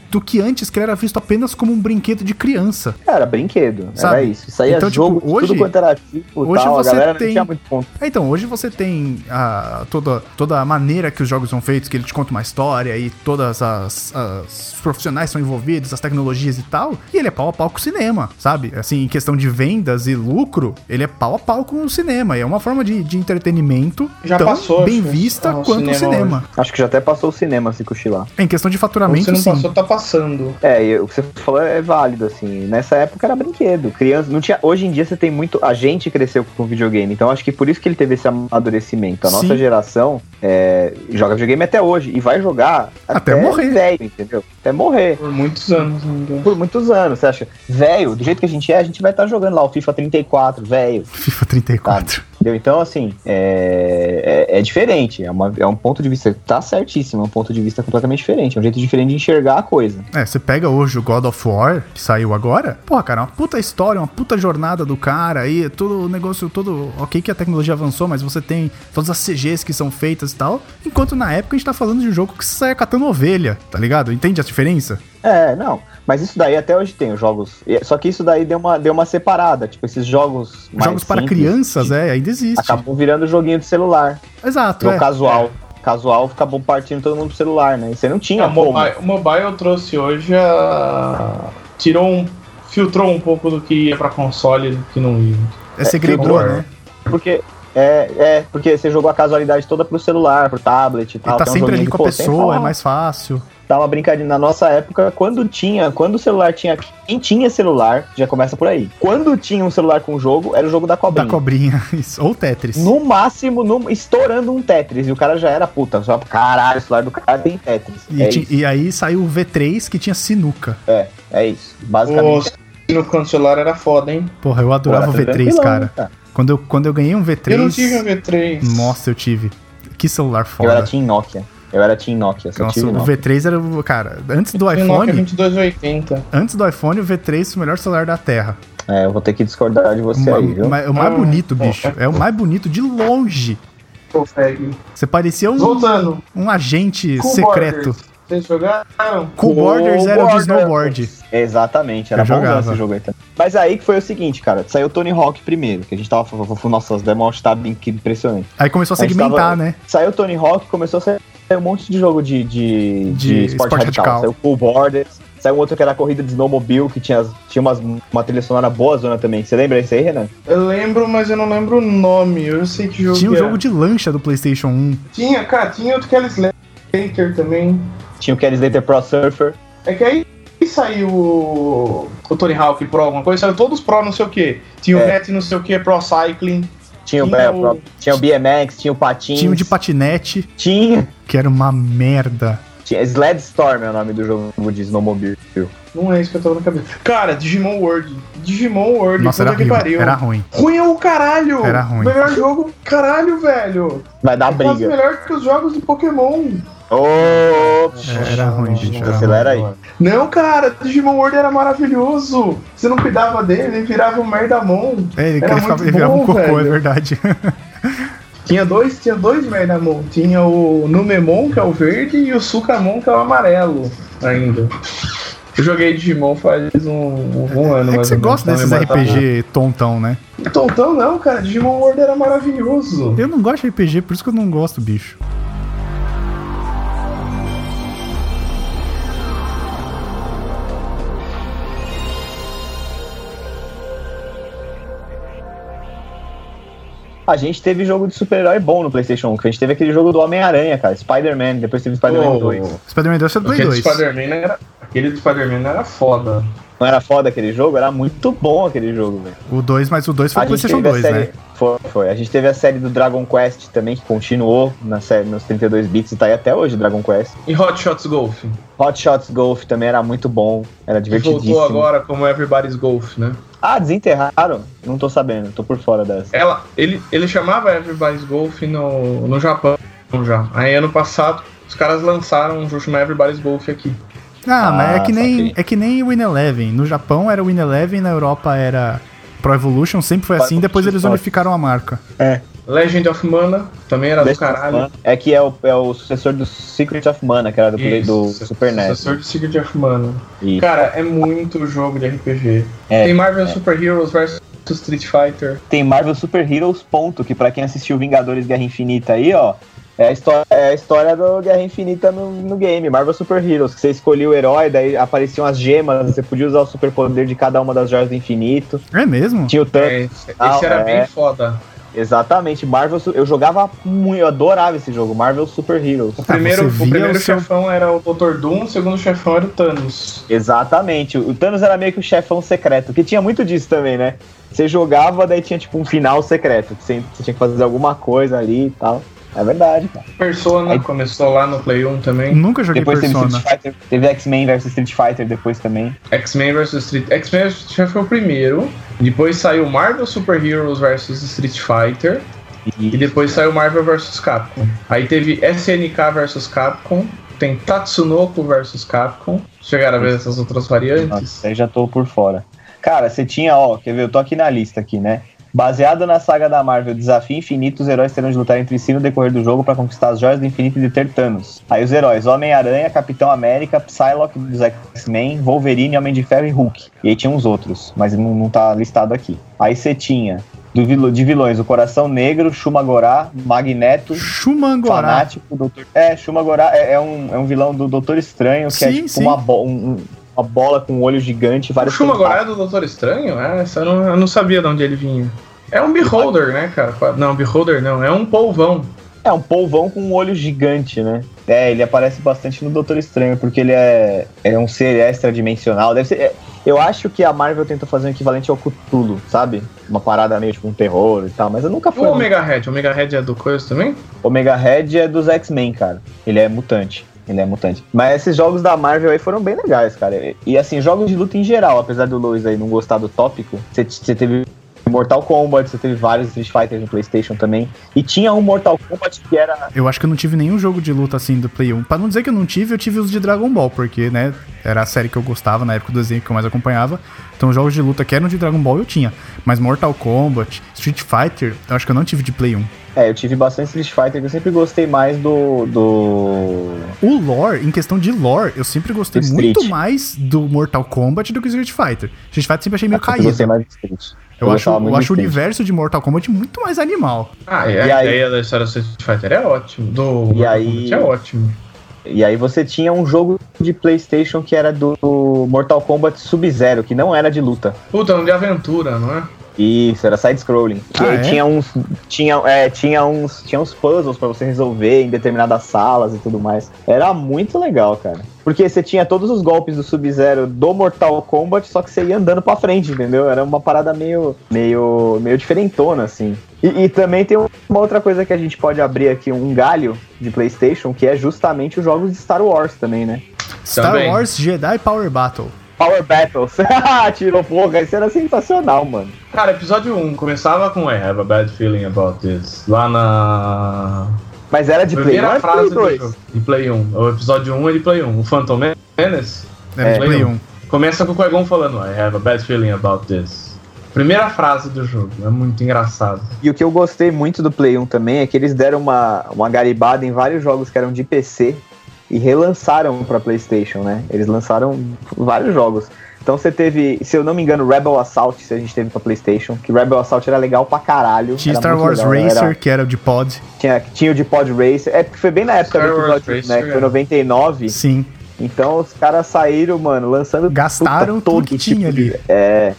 C: do que antes, que ele era visto apenas como um brinquedo de criança.
A: Era brinquedo, era
C: Sabe?
A: isso. Isso aí é
C: Então, tipo,
A: jogo, de
C: hoje-
A: tudo quanto era tipo,
C: hoje
A: tal, a
C: você
A: galera
C: tem-
A: não tinha muito ponto.
C: É, Então, hoje você tem a- toda, toda a maneira que os jogos são feitos, que ele te conta uma história e todas as, as os profissionais são envolvidos, as tecnologias e tal, e ele é pau a pau com o cinema, sabe? Assim, em questão de vendas e lucro, ele é pau a pau com o cinema. E é uma forma de, de entretenimento
B: Já
C: tão
B: passou,
C: bem
B: acho,
C: vista
B: ao
C: quanto o
B: cinema
C: cinema.
A: Acho que já até passou o cinema se cochilar.
C: Em questão de
B: Ou se
C: faturamento,
B: não
C: sim.
B: passou, tá passando.
A: É, e o que você falou é válido, assim. Nessa época era brinquedo. Criança, não tinha. Hoje em dia você tem muito. A gente cresceu com videogame, então acho que por isso que ele teve esse amadurecimento. A nossa
C: Sim.
A: geração é, joga videogame até hoje e vai jogar
C: Até
A: até,
C: morrer.
A: velho, entendeu? Até morrer.
B: Por muitos anos ainda.
A: Por muitos anos, você acha? Velho, do jeito que a gente é, a gente vai estar jogando lá o FIFA 34, velho.
C: FIFA
B: Ah.
C: 34.
A: Entendeu? Então, assim, é, é, é diferente. É, uma- é um ponto de vista. Tá certíssimo, é um ponto de vista completamente diferente. É um jeito diferente de enxergar a coisa.
C: É, você pega hoje o God of War, que saiu agora. Porra, cara, é uma puta história, uma puta jornada do cara aí, todo o negócio todo. Ok, que a tecnologia avançou, mas você tem todas as CGs que são feitas e tal. Enquanto na época a gente tá falando de um jogo que você sai catando ovelha, tá ligado? Entende a diferença?
A: É, não. Mas isso daí até hoje tem os jogos. e- Só que isso daí deu uma, deu uma separada. Tipo, esses jogos. mais
C: Jogos para
A: simples,
C: crianças, é, ainda existe.
A: Acabou virando joguinho de celular.
C: Exato.
A: Ou
C: É.
A: casual. Casual acabou partindo todo mundo pro celular, né? E você não tinha
B: o,
A: como.
B: É mobile, o mobile trouxe hoje a. Tirou um. Filtrou um pouco do que ia pra console e do que não ia.
C: É segredor,
B: é,
C: né?
A: Porque. É, é, porque você jogou a casualidade toda pro celular, pro tablet e tal.
C: Ele tá
A: tem um
C: sempre
A: joguinho que,
C: ali com a
A: pô, sempre
C: pessoa, é
A: dá uma-
C: mais fácil.
A: Dá uma brincadinha. Na nossa época, quando tinha, quando o celular tinha. Quem tinha celular, já começa por aí. Quando tinha um celular com jogo, era o jogo da
C: Da
A: cobrinha.
C: cobrinha. isso, Ou Tetris.
A: No máximo, no- estourando um Tetris. E o cara já era puta. Só, caralho, o celular do cara tem Tetris.
C: E,
A: é,
C: ti-
A: isso,
C: e aí saiu o V3 que tinha sinuca.
A: é isso.
B: O
A: Basicamente.
B: no canto celular era foda, hein?
C: Porra, eu adorava o
A: Pô, era
C: V3,
A: tá tranquilão,
C: um
A: né,
C: cara. Quando eu, quando eu ganhei um V3.
B: Eu não tive um V3.
C: Nossa, eu tive. Que celular
A: Eu era
C: foda.
A: Team Nokia. Eu era Team Nokia. Só
C: Nossa, um
A: tive
C: o
A: Nokia.
C: V3 era o. Cara, antes do
B: Tinha um Nokia
C: iPhone.
B: 2280.
C: Antes do iPhone, o V3 foi o melhor celular da Terra.
A: É, eu vou ter que discordar de você é aí,
C: o,
A: viu?
C: ma- o mais
B: Ah,
C: bonito,
B: bom.
C: bicho. É o mais bonito de longe.
B: Consegue.
C: Você parecia um,
B: Voltando.
C: um agente
B: Cool
C: secreto.
B: Borders. Vocês jogaram?
C: Cool Borders é. era o de snowboard.
A: Exatamente, era
C: Eu
A: bom
C: jogava.
A: esse jogo aí também. Mas aí que foi o seguinte, cara. Saiu Tony Hawk primeiro, que a gente tava falando. Nossa, as demos tá bem- que impressionante.
C: Aí começou a
A: A gente
C: segmentar,
A: tava-
C: né?
A: Saiu Tony Hawk, começou a sair um monte de jogo de, de,
C: De
A: de esporte,
C: esporte
A: radical.
C: radical.
A: Saiu Cool Borders, saiu um outro que era corrida de snowmobile, que tinha, as- tinha umas, uma trilha sonora boa zona também. Você lembra esse aí, Renan?
B: Eu lembro, mas eu não lembro o nome. Eu sei que jogo
C: Tinha o
B: que era.
C: jogo de lancha do PlayStation 1.
B: Tinha, cara, tinha outro Kelly Slater também.
A: Tinha o Kelly Slater Pro Surfer.
B: É que aí saiu o, o Tony Hawk Pro alguma coisa, saiu todos Pro não sei o que. Tinha o
A: É.
B: Net não sei o que, Pro Cycling.
A: Tinha, o,
B: Tinha
A: é,
B: o-
A: tinha o BMX, tinha o Patins.
C: Tinha o de patinete,
A: Tinha.
C: que era uma merda.
A: Tinha- Sledstorm é o nome do jogo de Snowmobile.
B: Não é isso que eu tava na cabeça. Cara, Digimon World. Digimon World,
C: Nossa, era
B: puta que
C: ruim.
B: pariu.
C: Era ruim.
B: Ruim é o caralho!
C: Era ruim.
B: Melhor jogo, caralho, velho!
A: Vai dar
B: É quase
A: briga.
B: melhor que os jogos do Pokémon.
A: Ô,
C: Era ruim, bicho. Era ruim.
A: acelera aí.
B: Não, cara, Digimon World era maravilhoso. Você não cuidava dele, ele virava um Merdamon.
C: É, ele,
B: Era
C: ele, ficava,
B: muito
C: ele virava um
B: bom,
C: cocô, é
B: velho.
C: verdade.
B: Tinha dois, tinha dois Merdamon. Tinha o Numemon, que é o verde, e o Sucamon, que é o amarelo ainda. Eu joguei Digimon faz um, um ano,
C: É que
B: mais
C: você
B: ou menos,
C: gosta
B: pra
C: desses
B: me matar.
C: RPG tontão, né?
B: Tontão não, cara. Digimon World era maravilhoso.
C: Eu não gosto de RPG, por isso que eu não gosto, bicho.
A: A gente teve jogo de super-herói bom no PlayStation 1. que A gente teve aquele jogo do Homem-Aranha, cara. Spider-Man. Depois teve Spider-Man
B: Oh.
A: 2.
C: Spider-Man 2 é do Play
B: Aquele do
C: 2.
B: Spider-Man era. Aquele do Spider-Man era foda.
A: Não era foda aquele jogo? Era muito bom aquele jogo, velho.
C: O 2, mas o 2 foi
A: A
C: o
A: gente
C: PlayStation
A: teve a
C: 2,
A: série.
C: né?
A: Foi, foi. A gente teve a série do Dragon Quest também, que continuou na série, nos 32 bits e tá aí até hoje o Dragon Quest.
B: E Hot Shots Golf.
A: Hot Shots Golf também era muito bom. Era
B: Que voltou
A: divertidíssimo.
B: agora como Everybody's Golf, né?
A: Ah, desenterraram? Não tô sabendo, tô por fora dessa.
B: Ela, ele, ele chamava Everybody's Golf no, no Japão já. Aí ano passado os caras lançaram um jogo chamado Everybody's Golf aqui.
C: Ah, mas é
A: Ah,
C: que, nem,
A: saquei.
C: é que nem o Win Eleven. No Japão era o Win Eleven, na Europa era Pro Evolution, sempre foi assim. Depois eles unificaram a marca.
B: Legend of Mana também era
A: Best
B: do
A: of
B: caralho.
A: Mana. É que é o, é o sucessor do Secret of Mana, que era do, play- do
B: Isso,
A: Super NES.
B: Sucessor de Secret of Mana.
A: E-
B: Cara, é muito jogo de RPG.
A: É,
B: Tem Marvel Super Heroes vs Street Fighter.
A: tem Marvel Super Heroes, ponto, que pra quem assistiu Vingadores Guerra Infinita aí, ó, é a história, é a história do Guerra Infinita no, no game, Marvel Super Heroes, que você escolhia o herói, daí apareciam as gemas, você podia usar o superpoder de cada uma das joias do infinito,
C: É mesmo?
A: tinha o tanque,
B: É, esse
A: Ah,
B: era
A: é.
B: bem foda.
A: exatamente, Marvel, Su- eu jogava muito, eu adorava esse jogo, Marvel Super Heroes.
B: O primeiro,
C: Ah, você
B: o
C: via
B: primeiro
C: o seu-
B: chefão era o Dr. Doom, o segundo chefão era o Thanos.
A: Exatamente. O Thanos era meio que o chefão secreto, que tinha muito disso também, né? Você jogava, daí tinha tipo um final secreto, que você, você tinha que fazer alguma coisa ali e tal. É verdade, cara.
B: Persona
A: Aí-
B: começou lá no Play 1 também.
C: Nunca joguei
A: Depois teve
C: Persona.
A: Street Fighter, teve X-Men vs Street Fighter depois também.
B: X-Men vs Street. X-Men vs Street Fighter foi o primeiro. Depois saiu Marvel Super Heroes vs Street Fighter. E
A: E
B: depois saiu Marvel vs Capcom. Aí teve SNK vs Capcom. Tem Tatsunoko vs Capcom. Chegaram a ver essas outras variantes.
A: Nossa, eu já tô por fora. Cara, você tinha, ó, quer ver? Eu tô aqui na lista aqui, né? Baseado na saga da Marvel Desafio Infinito, os heróis terão de lutar entre si no decorrer do jogo pra conquistar as joias do infinito e deter Thanos. Aí os heróis, Homem-Aranha, Capitão América, Psylocke dos X-Men, Wolverine, Homem de Ferro e Hulk. E aí tinha uns outros, mas não, não tá listado aqui. Aí você tinha, do vil- de vilões, o Coração Negro, Shumagorá, Magneto,
C: Shumangorá.
A: fanático, doutor... É, Shumagorá é, é um, é um vilão do Doutor Estranho, que é
C: Sim,
A: tipo
C: sim.
A: Uma, bo- um- um- uma bola com um olho gigante e
B: O
A: vários
B: Shuma agora
A: tentáculos.
B: é do Doutor Estranho? É, essa eu não, eu não sabia de onde ele vinha. É um Beholder, né, cara? Não, Beholder não. É um polvão.
A: É um polvão com um olho gigante, né? É, ele aparece bastante no Doutor Estranho, porque ele é, é um ser extradimensional. Deve ser. é, eu acho que a Marvel tentou fazer um equivalente ao Cthulhu, sabe? Uma parada meio tipo um terror e tal, mas eu nunca
B: E o
A: fui.
B: Omega Red? O Omega Red é do Coisa também?
A: Omega Red é dos X-Men, cara. Ele é mutante. Ele é mutante. Mas esses jogos da Marvel aí foram bem legais, cara. E- E assim, jogos de luta em geral, apesar do Luiz aí não gostar do tópico, você t- você teve Mortal Kombat, você teve vários Street Fighters no PlayStation também. E tinha um Mortal Kombat que era.
C: Eu acho que eu não tive nenhum jogo de luta assim do Play 1. Pra não dizer que eu não tive, eu tive os de Dragon Ball, porque, né, era a série que eu gostava na época do desenho que eu mais acompanhava. Então, jogos de luta que eram de Dragon Ball eu tinha. Mas Mortal Kombat, Street Fighter, eu acho que eu não tive de Play 1.
A: É, eu tive bastante Street Fighter, que eu sempre gostei mais do. do.
C: O lore, em questão de lore, eu sempre gostei
A: Do Street.
C: muito mais do Mortal Kombat do que Street Fighter. Street Fighter sempre achei meio
A: Eu gostei
C: caído.
A: mais do Street.
C: Eu, acho,
A: gostava muito
C: eu
A: do
C: acho o
A: Street.
C: universo de Mortal Kombat muito mais animal.
B: Ah,
A: E
B: e a
A: aí-
B: ideia da história do Street Fighter é ótimo. Do
A: E aí-
B: é ótimo.
A: E aí você tinha um jogo de PlayStation que era do Mortal Kombat Sub-Zero, que não era de luta.
B: Puta, um de aventura, não é?
A: Isso, era side-scrolling. E
C: Ah,
A: aí
C: é?
A: tinha uns. Tinha, é, tinha uns. Tinha uns puzzles pra você resolver em determinadas salas e tudo mais. Era muito legal, cara. Porque você tinha todos os golpes do Sub-Zero do Mortal Kombat, só que você ia andando pra frente, entendeu? Era uma parada meio. meio. meio diferentona, assim. E, e também tem uma outra coisa que a gente pode abrir aqui, um galho de Playstation, que é justamente os jogos de Star Wars também, né?
C: Star
B: Também.
C: Wars Jedi Power Battle.
A: Power Battles. Ah, Tirou porra, isso era sensacional, mano.
B: Cara, episódio 1 começava com I have a bad feeling about this. Lá na.
A: Mas era de Play 1
B: primeira
A: ou Play
B: frase do
A: 2?
B: jogo. De Play 1. O episódio 1 é de Play 1. O Phantom Menace
C: É,
B: É,
C: Play
B: Play
C: 1.
B: começa com o Qui-Gon falando I have a bad feeling about this. Primeira frase do jogo. É muito engraçado.
A: E o que eu gostei muito do Play 1 também é que eles deram uma, uma garibada em vários jogos que eram de PC e relançaram pra PlayStation, né? Eles lançaram vários jogos. Então você teve, se eu não me engano, Rebel Assault, se a gente teve pra PlayStation, que Rebel Assault era legal pra caralho.
C: Tinha
A: era
C: Star
A: muito
C: Wars
A: legal,
C: Racer,
A: era-
C: que era o de pod.
A: tinha, tinha o de Pod Racer. É porque foi bem na época
B: Star
A: do
B: Wars
A: episódio,
B: Racer,
A: né? Que foi
B: é.
A: 99.
C: Sim.
A: Então os caras saíram, mano, lançando
C: Gastaram
A: puta,
C: tudo que
A: tipo
C: tinha
A: de-
C: ali.
A: É.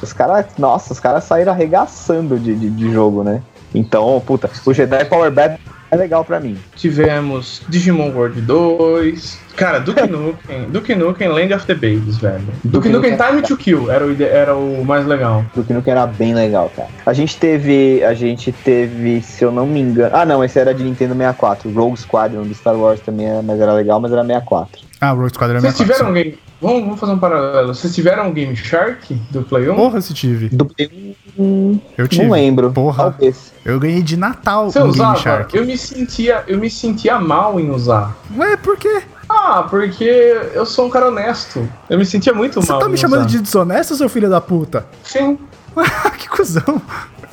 A: Os caras, nossa, os caras saíram arregaçando de, de, de jogo, né? Então, puta, o Jedi Power Battle é legal pra mim.
B: Tivemos Digimon World 2. Cara, Duke Nukem. Duke Nukem Land of the Babies, velho.
A: Duke
B: Duke, Nukem
A: Nukem.
B: Time to Kill era o, ide- era o mais legal.
A: Duke Nukem era bem legal, cara. A gente teve, a gente teve, se eu não me engano, ah não, esse era de Nintendo 64, Rogue Squadron do Star Wars também, era, mas era legal, mas era 64.
C: Ah, Rogue Squadron é minha
B: Vocês tiveram
C: coleção.
B: um game. Vamos, vamos fazer um paralelo. Vocês tiveram um Game Shark do Play 1?
C: Porra, se tive.
A: Do Play 1,
C: Eu tive.
A: não lembro.
C: Porra.
A: Talvez.
C: Eu ganhei de Natal
B: Você
C: um
B: usava?
C: Game Shark.
B: Eu me sentia, eu me sentia mal em usar.
C: Ué, por quê?
B: Ah, porque eu sou um cara honesto. Eu me sentia muito
C: Você
B: mal.
C: tá me
B: em
C: chamando
B: usar.
C: de desonesto, seu filho da puta? Ah,
B: Sim.
C: que cuzão.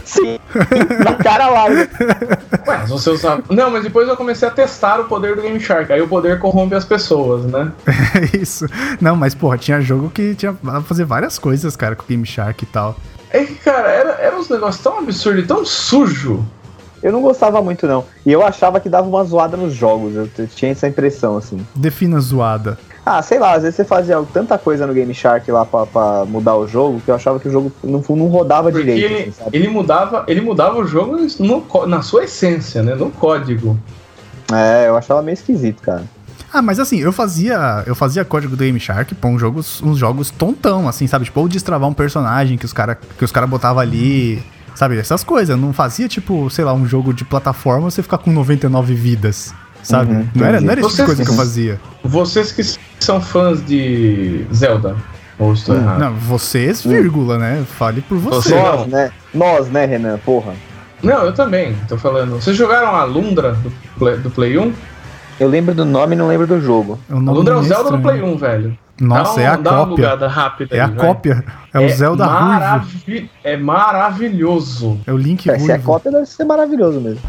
A: Sim, na cara lá.
B: Ué, mas você usava. Não, mas depois eu comecei a testar o poder do Game Shark. Aí o poder corrompe as pessoas, né?
C: É isso. Não, mas porra, tinha jogo que tinha pra fazer várias coisas, cara, com Game Shark e tal.
B: É que, cara, era, era uns negócios tão absurdos e tão sujo.
A: Eu não gostava muito, não. E eu achava que dava uma zoada nos jogos. Eu t- tinha essa impressão, assim.
C: Defina zoada.
A: Ah, sei lá, às vezes você fazia tanta coisa no Game Shark lá pra, pra mudar o jogo que eu achava que o jogo não, fu- não rodava
B: Porque
A: direito, assim,
B: ele,
A: sabe?
B: ele mudava, ele mudava o jogo no có- na sua essência, né? No código.
A: É, eu achava meio esquisito, cara.
C: Ah, mas assim, eu fazia, eu fazia código do Game Shark pra uns jogos, uns jogos tontão, assim, sabe? Tipo, ou destravar um personagem que os cara, que os cara botava ali, sabe? Essas coisas. Não fazia, tipo, sei lá, um jogo de plataforma você ficar com 99 vidas, sabe?
A: Uhum,
C: não era, não era
B: entendi.
C: esse tipo de coisa que eu fazia.
B: Vocês que são fãs de Zelda, ou estou
A: Hum,
B: errado?
C: Não, vocês, vírgula, né? Fale por você.
B: Você-
A: Nós,
B: não.
A: né? Nós, né, Renan? Porra.
B: Não, eu também, tô falando. Vocês jogaram a Lundra do Play, do Play 1?
A: Eu lembro do nome e não lembro do jogo.
C: O
B: A
C: nome
B: Lundra é o
C: meio
B: Zelda do
C: estranho.
B: Play 1, velho. dá
C: Nossa,
B: um-
C: é a
B: dá uma
C: cópia.
B: bugada rápida aí,
C: É a
B: vai.
C: cópia. É, o Zelda Ruivo.
B: maravi- É maravilhoso.
C: É o Link
A: Cara, se é
C: Ruivo.
A: cópia, deve ser maravilhoso mesmo.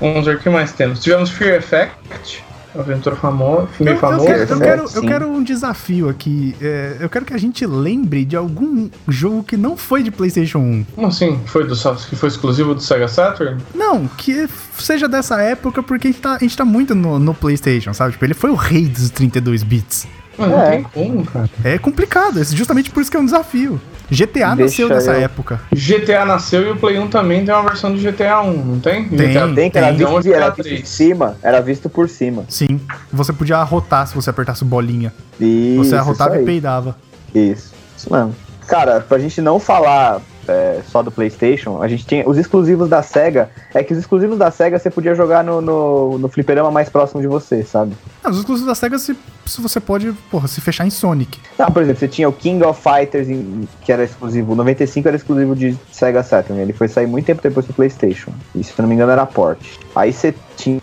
B: Vamos ver o que mais temos. Tivemos Fear Effect, aventura famosa,
C: Eu,
B: filme
C: eu
B: famoso.
C: quero, eu,
A: né?
C: quero, eu
A: Sim.
C: quero um desafio aqui. É, eu quero que a gente lembre de algum jogo que não foi de PlayStation 1.
B: Como assim? Foi do Sa- que foi exclusivo do Sega Saturn?
C: Não, que f- seja dessa época, porque a gente tá, a gente tá muito no, no PlayStation, sabe? Tipo, ele foi o rei dos 32 bits.
B: Mano, não
A: É.
B: tem como, cara.
C: É complicado, é justamente por isso que é um desafio. GTA
A: Deixa
C: nasceu dessa
A: eu-
C: época.
B: GTA nasceu e o Play 1 também tem uma versão do GTA 1, não tem?
C: Tem.
B: GTA
A: Tem que era
C: Tem.
A: visto, de- era
B: Hum, Tem.
A: visto de cima. Era visto por cima.
C: Sim, você podia arrotar se você apertasse bolinha.
A: Isso,
C: você arrotava
A: isso
C: e
A: aí.
C: peidava.
A: Isso, isso mesmo. Cara, pra gente não falar é, só do PlayStation, a gente tinha. Os exclusivos da SEGA. É que os exclusivos da SEGA você podia jogar no, no, no fliperama mais próximo de você, sabe?
C: Ah, os exclusivos da SEGA, se, se você pode, porra, se fechar em Sonic.
A: Ah, por exemplo, você tinha o King of Fighters, em- que era exclusivo. o 95 era exclusivo de Sega Saturn. Ele foi sair muito tempo depois do PlayStation. E se eu não me engano era port. Aí você tinha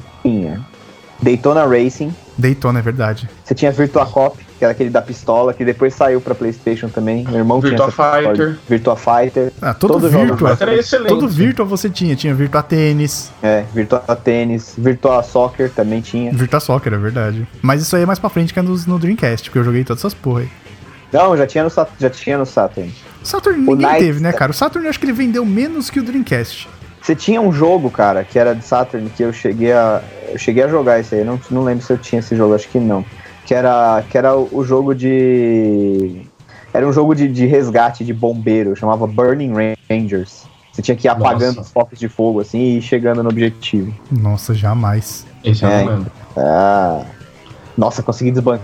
A: Daytona Racing.
C: Daytona, é verdade.
A: Você tinha Virtua Cop, que era aquele da pistola, que depois saiu pra PlayStation também. Meu irmão tinha
B: Virtua
A: essa pistola.
B: Fighter.
A: Virtua Fighter.
C: Ah, todo,
A: Todo jogo
C: Virtua.
B: Mas era excelente.
C: Todo Virtua você tinha. Tinha Virtua Tênis,
A: É, Virtua Tênis, Virtua Soccer também tinha.
C: Virtua Soccer, é verdade. Mas isso aí é mais pra frente que é nos- no Dreamcast, porque eu joguei todas essas porra aí.
A: Não, já tinha no, Sat- já tinha no Saturn.
C: Saturn ninguém
A: Knight- é-
C: teve, né, cara? O Saturn eu acho que ele vendeu menos que o Dreamcast.
A: Você tinha um jogo, cara, que era de Saturn, que eu cheguei a. Eu cheguei a jogar isso aí. Eu não, não lembro se eu tinha esse jogo, acho que não. Que era, que era o jogo de. Era um jogo de, de resgate de bombeiro, chamava Burning Rangers. Você tinha que ir apagando
B: Nossa.
A: os focos de fogo, assim, e ir chegando no objetivo.
C: Nossa, jamais.
B: Esse eu
A: É,
B: não lembro.
A: Ah. Nossa, consegui desbancar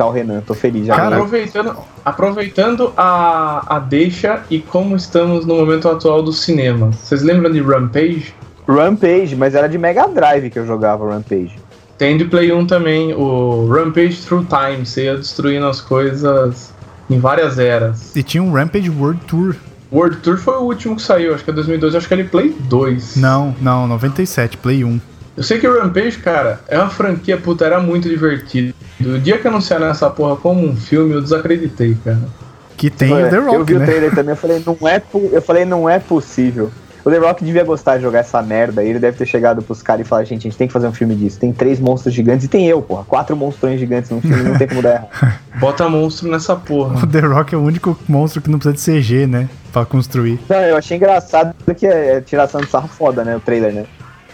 A: o Renan, tô feliz já.
C: Cara,
B: aproveitando aproveitando a, a deixa e como estamos no momento atual do cinema. Vocês lembram de Rampage?
A: Rampage, mas era de Mega Drive que eu jogava Rampage.
B: Tem de Play 1 também, o Rampage Through Time. Você ia destruindo as coisas em várias eras.
C: E tinha um Rampage World Tour.
B: World Tour foi o último que saiu, acho que é 2012, acho que ele Play 2.
C: Não, não, 97, Play 1.
B: Eu sei que o Rampage, cara, é uma franquia, puta, era muito divertido. O dia que anunciaram essa porra como um filme, eu desacreditei, cara.
C: Que tem
A: Olha,
C: o The
A: É, eu
C: Rock,
A: vi o
C: né?
A: trailer também, eu falei, não é, po- eu falei, não é possível. O The Rock devia gostar de jogar essa merda, e ele deve ter chegado pros caras e falar, gente, a gente tem que fazer um filme disso. Tem três monstros gigantes e tem eu, porra. Quatro monstrões gigantes num filme, não tem como dar errado.
B: Bota monstro nessa porra.
C: O The Rock é o único monstro que não precisa de CG, né? Pra construir.
A: Não, eu achei engraçado que é, é tiração de sarro foda, né? O trailer, né?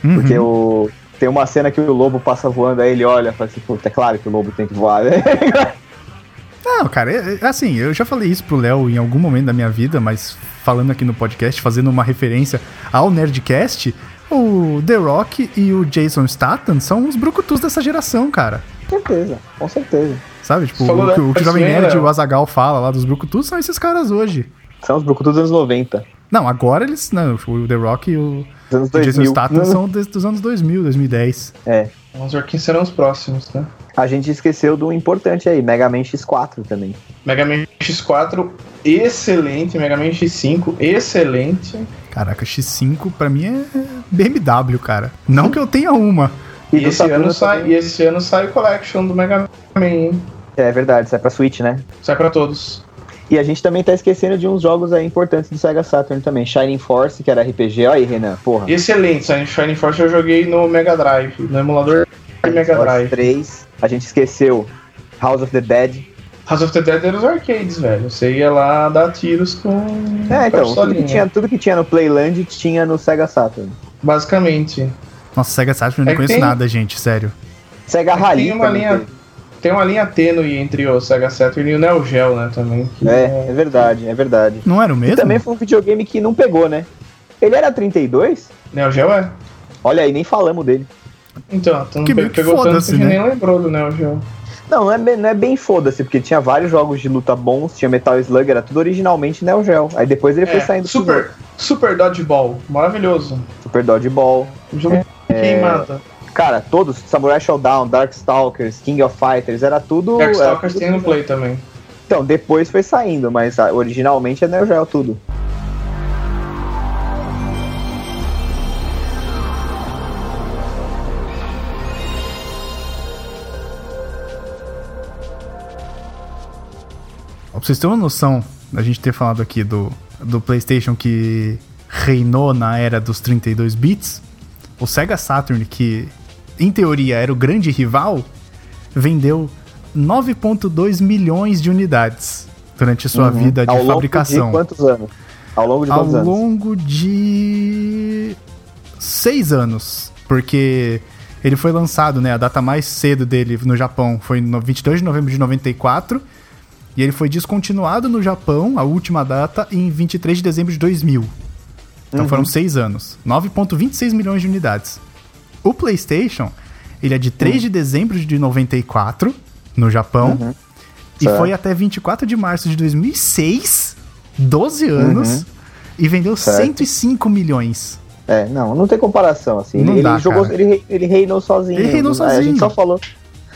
C: Uhum.
A: Porque o. Tem uma cena que o lobo passa voando, aí ele olha e fala assim, puta, é claro que o lobo tem que voar, né?
C: Não, cara, é- é assim, eu já falei isso pro Léo em algum momento da minha vida, mas falando aqui no podcast, fazendo uma referência ao Nerdcast, o The Rock e o Jason Statham são os brucutus dessa geração, cara.
A: Com certeza, com certeza.
C: Sabe? Tipo,
B: Falou
C: o, que o,
B: da-
C: que o Jovem
B: Sim, né?
C: Nerd e
B: Léo.
C: o Azagal fala lá dos brucutus são esses caras hoje.
A: São os brucutus dos anos 90,
C: Não, agora eles. Não, o The Rock e o
A: dos anos
C: Jason
A: 2000.
C: Statham são des- dos anos 2000, 2010.
B: Vamos ver quem serão os próximos, né?
A: A gente esqueceu do importante aí, Mega Man X4 também.
B: Mega Man X4, excelente. Mega Man X5, excelente.
C: Caraca, X5 pra mim é BMW, cara. Não que eu tenha uma.
B: E,
A: do
B: esse,
A: Saturno
B: ano sai,
A: também.
B: e esse ano sai o Collection do Mega Man, hein?
A: É verdade, sai pra Switch, né?
B: Sai pra todos.
A: E a gente também tá esquecendo de uns jogos aí importantes do Sega Saturn também. Shining Force, que era RPG. Olha aí, Renan, porra.
B: Excelente, Shining- Shining Force eu joguei no Mega Drive, no emulador de Mega
A: Force
B: Drive.
A: 3. A gente esqueceu House of the Dead.
B: House of the Dead era os arcades, velho. Você ia lá dar tiros com.
A: É,
B: com
A: então, tudo
B: a
A: que,
B: pistolinha.
A: tinha, tudo que tinha no Playland tinha no Sega Saturn.
B: Basicamente.
C: Nossa, Sega Saturn eu
B: É
C: não
B: que
C: conheço
B: tem-
C: nada, gente, sério.
A: Sega Rally.
B: Tem uma
A: também
B: linha. Tem uma linha tênue entre o Sega Saturn e o Neo Geo, né, também.
A: teve. É, é verdade, é verdade.
C: Não era o
A: E
C: mesmo?
A: também foi um videogame que não pegou, né? Ele era 32?
B: Neo Geo é?
A: Olha aí, nem falamos dele.
B: Então, tu não
C: Que
B: pe-
C: meio que
B: pegou tanto
C: foda-se,
B: que
C: né?
B: nem lembrou do Neo Geo.
A: Não, não é, bem- não é bem foda-se, porque tinha vários jogos de luta bons, tinha Metal Slug, era tudo originalmente Neo Geo. Aí depois ele foi
B: É,
A: saindo pros
B: super, super Dodgeball, maravilhoso.
A: outros. Super Dodgeball.
B: Um
A: É.
B: jogo queimado.
A: Cara, todos, Samurai Showdown, Darkstalkers, King of Fighters, era tudo... era
B: Darkstalkers
A: tudo-
B: tem um- no Play também.
A: Então, depois foi saindo, mas ah, originalmente é Neo Geo tudo.
C: Pra vocês terem uma noção da gente ter falado aqui do, do PlayStation que reinou na era dos 32 bits, o Sega Saturn, que em teoria era o grande rival, vendeu 9,2 milhões de unidades durante a sua vida de
A: Uhum. Ao longo
C: fabricação.
A: de quantos anos? Ao longo de
C: ao
A: quantos anos?
C: longo de seis anos, porque ele foi lançado, né? A data mais cedo dele no Japão foi no 22 de novembro de 94 e ele foi descontinuado no Japão, a última data, em 23 de dezembro de 2000. Então
A: Uhum.
C: foram seis anos, 9.26 milhões de unidades. O PlayStation, ele é de 3
A: Uhum.
C: de dezembro de 94 no Japão e
A: Certo.
C: foi até 24 de março de 2006, 12 anos, e vendeu
A: Certo.
C: 105 milhões.
A: É, não, não tem comparação, assim.
C: Não
A: ele,
C: dá,
A: ele jogou,
C: cara.
A: ele, re- ele reinou sozinho.
C: Ele reinou
A: né? A
C: sozinho.
A: gente só falou...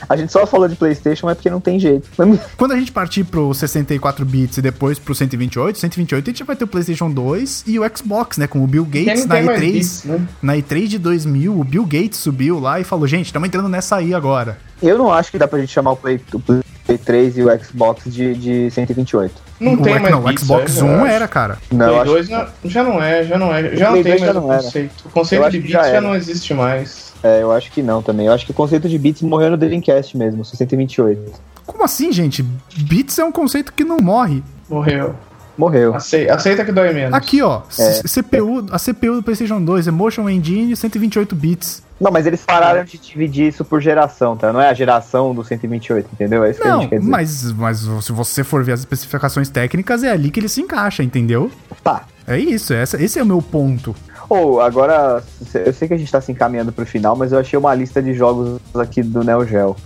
A: A gente só falou de Playstation, mas é porque não tem jeito.
C: Quando a gente partir pro 64 bits e depois pro 128, 128 a gente já vai ter o PlayStation 2 e o Xbox, né, com o Bill
B: Quem
C: Gates
B: não
C: na
B: tem mais
C: E3.
B: bits, né?
C: Na E3 de 2000, o Bill Gates subiu lá e falou: "Gente, estamos entrando nessa aí agora".
A: Eu não acho que dá pra gente chamar o Play, o Play 3 e o Xbox de, de 128.
B: Não
C: o
B: tem
C: X-
B: mais
C: não, o
B: bits, é,
C: Xbox
B: eu
C: One
B: acho.
C: era, cara.
A: Não, eu
B: Play
A: acho-
B: 2 não- já não é, já não é, já
A: Play
B: não tem
A: 2
B: mais
A: já
B: o
A: não era.
B: conceito. O conceito
A: Eu acho
B: de
A: que
B: bits
A: já
B: já,
A: era.
B: não existe mais.
A: É, eu acho que não também. Eu acho que o conceito de bits morreu no Dreamcast mesmo, 628.
C: Como assim, gente? Bits é um conceito que não morre.
B: Morreu.
C: Ah.
A: Morreu.
B: Acei- Aceita que dói menos.
C: Aqui, ó, C- CPU, a CPU do PlayStation 2 é Motion Engine 128 bits.
A: Não, mas eles pararam de dividir isso por geração, tá? Não é a geração do 128, entendeu? É isso que a
C: Não,
A: gente quer dizer.
C: mas, mas se você for ver as especificações técnicas, é ali que ele se encaixa, entendeu?
A: Tá.
C: É isso, essa, esse é o meu ponto.
A: Ou, agora, eu sei que a gente tá se encaminhando pro final, mas eu achei uma lista de jogos aqui do Neo Geo.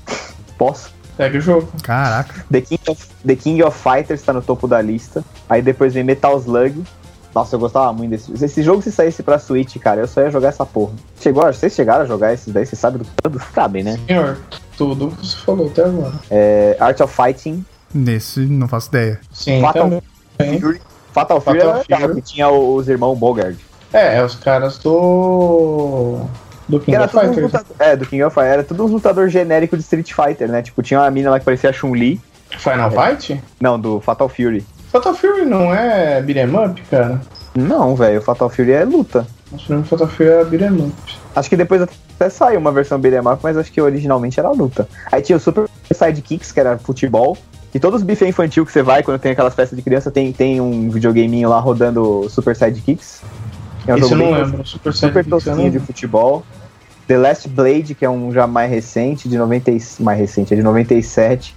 A: Posso?
B: Segue o jogo.
C: Caraca.
A: The King of, The King of Fighters tá no topo da lista. Aí depois vem Metal Slug. Nossa, eu gostava muito desse. Esse jogo, se saísse pra Switch, cara, eu só ia jogar essa porra. Chegou, a- vocês chegaram a jogar esses daí? Vocês sabem do quanto? Sabem, né?
B: Senhor, tudo que você falou até agora.
A: É, Art of Fighting,
C: Nesse, não faço ideia.
B: Sim,
A: Fatal
B: também.
A: Fury. Fatal Fury
B: Fatal
A: era legal,
B: Fury.
A: que tinha os irmãos Bogard.
B: É, é os caras do. Do
A: Que
B: King
A: era
B: of
A: tudo um
B: Fighters.
A: lutador, é, do King of Fighters. Era tudo um lutador genérico de Street Fighter, né? Tipo, tinha uma mina lá que parecia a Chun-Li.
B: Final Fight?
A: Não, do Fatal Fury.
B: Fatal Fury não é beat'em up, cara?
A: Não, velho, o Fatal Fury é luta.
B: Nós tivemos Fatal Fury era beat'em up.
A: Acho que depois até saiu uma versão beat'em up, mas acho que originalmente era luta. Aí tinha o Super Sidekicks, que era futebol. E todos os bifes infantil que você vai, quando tem aquelas festas de criança, tem, tem um videogameinho lá rodando Super Sidekicks. É
C: um
B: Isso eu
A: bem
B: não
A: tosco.
B: lembro. Super
A: super
B: Sidekick, eu não
A: tosquinho tipo, de futebol. The Last Blade, que é um já mais recente, de 90 e- mais recente, é de 97.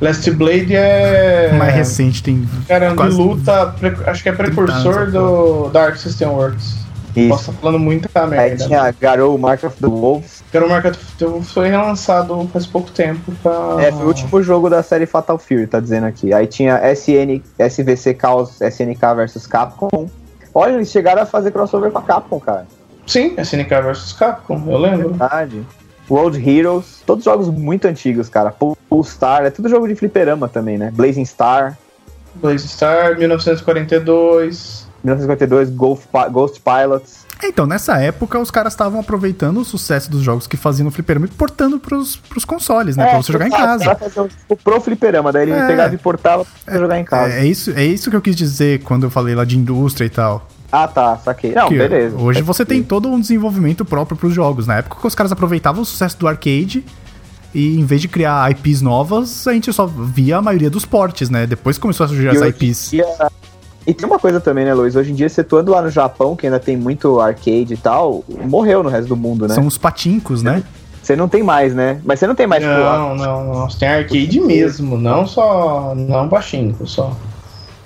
B: Last Blade é.
C: Mais recente tem.
B: Cara, é um de
C: quase-
B: luta, pre- acho que é
C: 30
B: precursor
C: anos, né?
B: do Dark System Works.
A: Isso.
B: Posso estar falando muita
A: Aí
B: merda.
A: tinha Garou, Mark of the Wolves.
B: Quero marcar tu- foi relançado faz pouco tempo pra.
A: É, foi o último jogo da série Fatal Fury, tá dizendo aqui. Aí tinha SN, SVC Chaos, SNK vs Capcom. Olha, eles chegaram a fazer crossover com a Capcom, cara.
B: Sim, SNK vs Capcom, eu lembro.
A: Verdade. World Heroes, todos jogos muito antigos, cara. Pulstar, é tudo jogo de fliperama também, né? Blazing Star,
B: Blaze Star, 1942.
A: 1952, Golf Pi- Ghost Pilots.
C: Então, nessa época, os caras estavam aproveitando o sucesso dos jogos que faziam no fliperama e portando pros, pros consoles,
A: É,
C: né? pra você jogar em
A: exato,
C: casa.
A: Ela fazia um, tipo, pro fliperama, daí ele
C: É.
A: pegava e portava pra jogar em casa.
C: É, é isso, é isso que eu quis dizer quando eu falei lá de indústria e tal.
A: Ah, tá, saquei. Não,
C: Que
A: beleza. É
C: Hoje
A: Saquei.
C: você tem todo um desenvolvimento próprio pros jogos. Na época que os caras aproveitavam o sucesso do arcade e em vez de criar IPs novas, a gente só via a maioria dos portes, né? Depois começou a surgir
A: E
C: as
A: hoje
C: IPs.
A: em dia- E tem uma coisa também, né, Luiz? Hoje em dia, você atuando lá no Japão, que ainda tem muito arcade e tal, morreu no resto do mundo, né?
C: São os patincos, né?
A: Você não tem mais, né? Mas você não tem mais pro lado.
B: Não, não, não. Tem arcade mesmo, não só. Não Pachinko só.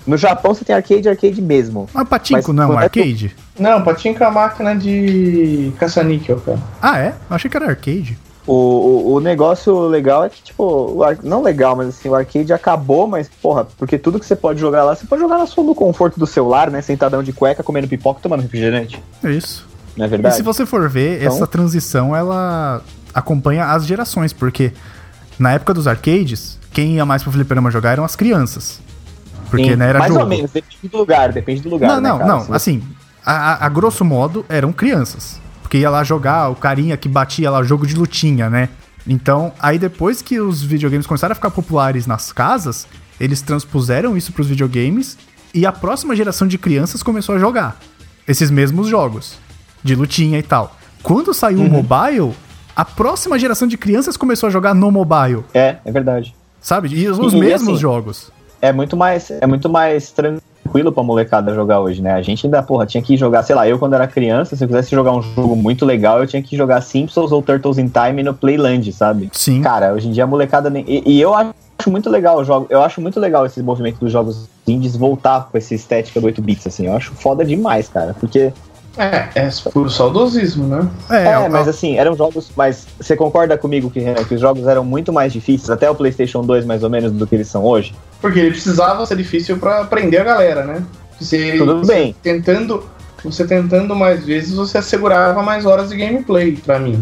A: No Japão, você tem arcade, arcade mesmo.
C: Mas patinco
A: Mas
C: não é um
A: quando é que-
C: arcade?
B: Não, Pachinko é a máquina de caça-níquel, cara.
C: Ah, é? Eu achei que era arcade.
A: O, o, o negócio legal é que, tipo, o ar- não legal, mas assim, o arcade acabou, mas, porra, porque tudo que você pode jogar lá, você pode jogar na sua, no conforto do seu lar, né? Sentadão de cueca, comendo pipoca e tomando refrigerante.
C: É isso.
A: Não é
C: E
A: verdade?
C: se você for ver,
A: Então-
C: essa transição ela acompanha as gerações, porque na época dos arcades, quem ia mais pro fliperama jogar eram as crianças. Porque
A: Sim,
C: né, era
A: Mais
C: jogo.
A: ou menos, depende do lugar, depende do lugar.
C: não,
A: né,
C: não,
A: cara?
C: não.
A: Assim,
C: Assim, a, a- a grosso modo eram crianças. Porque ia lá jogar, o carinha que batia lá, jogo de lutinha, né? Então, aí depois que os videogames começaram a ficar populares nas casas, eles transpuseram isso pros videogames e a próxima geração de crianças começou a jogar esses mesmos jogos de lutinha e tal. Quando saiu
A: Uhum.
C: o mobile, a próxima geração de crianças começou a jogar no mobile,
A: É, é verdade.
C: sabe? E os, os
A: E, e
C: mesmos
A: assim,
C: jogos.
A: É muito mais, é muito mais tranquilo pra molecada jogar hoje, né? A gente ainda, porra, tinha que jogar, sei lá, eu quando era criança, se eu quisesse jogar um jogo muito legal, eu tinha que jogar Simpsons ou Turtles in Time no Playland, sabe?
C: Sim.
A: Cara, hoje em dia a molecada nem. E, e eu acho muito legal o jogo. Eu acho muito legal esse movimento dos jogos indies voltar com essa estética do 8 bits, assim. Eu acho foda demais, cara. Porque
B: É, é puro saudosismo, né?
C: É,
A: É,
C: a-
A: mas assim, eram jogos. Mas você concorda comigo que, Renan, que os jogos eram muito mais difíceis, até o PlayStation 2 mais ou menos, do que eles são hoje?
B: Porque ele precisava ser difícil pra prender a galera, né? Se
A: Tudo
B: se
A: bem.
B: Tentando, você tentando mais vezes, você assegurava mais horas de gameplay pra mim.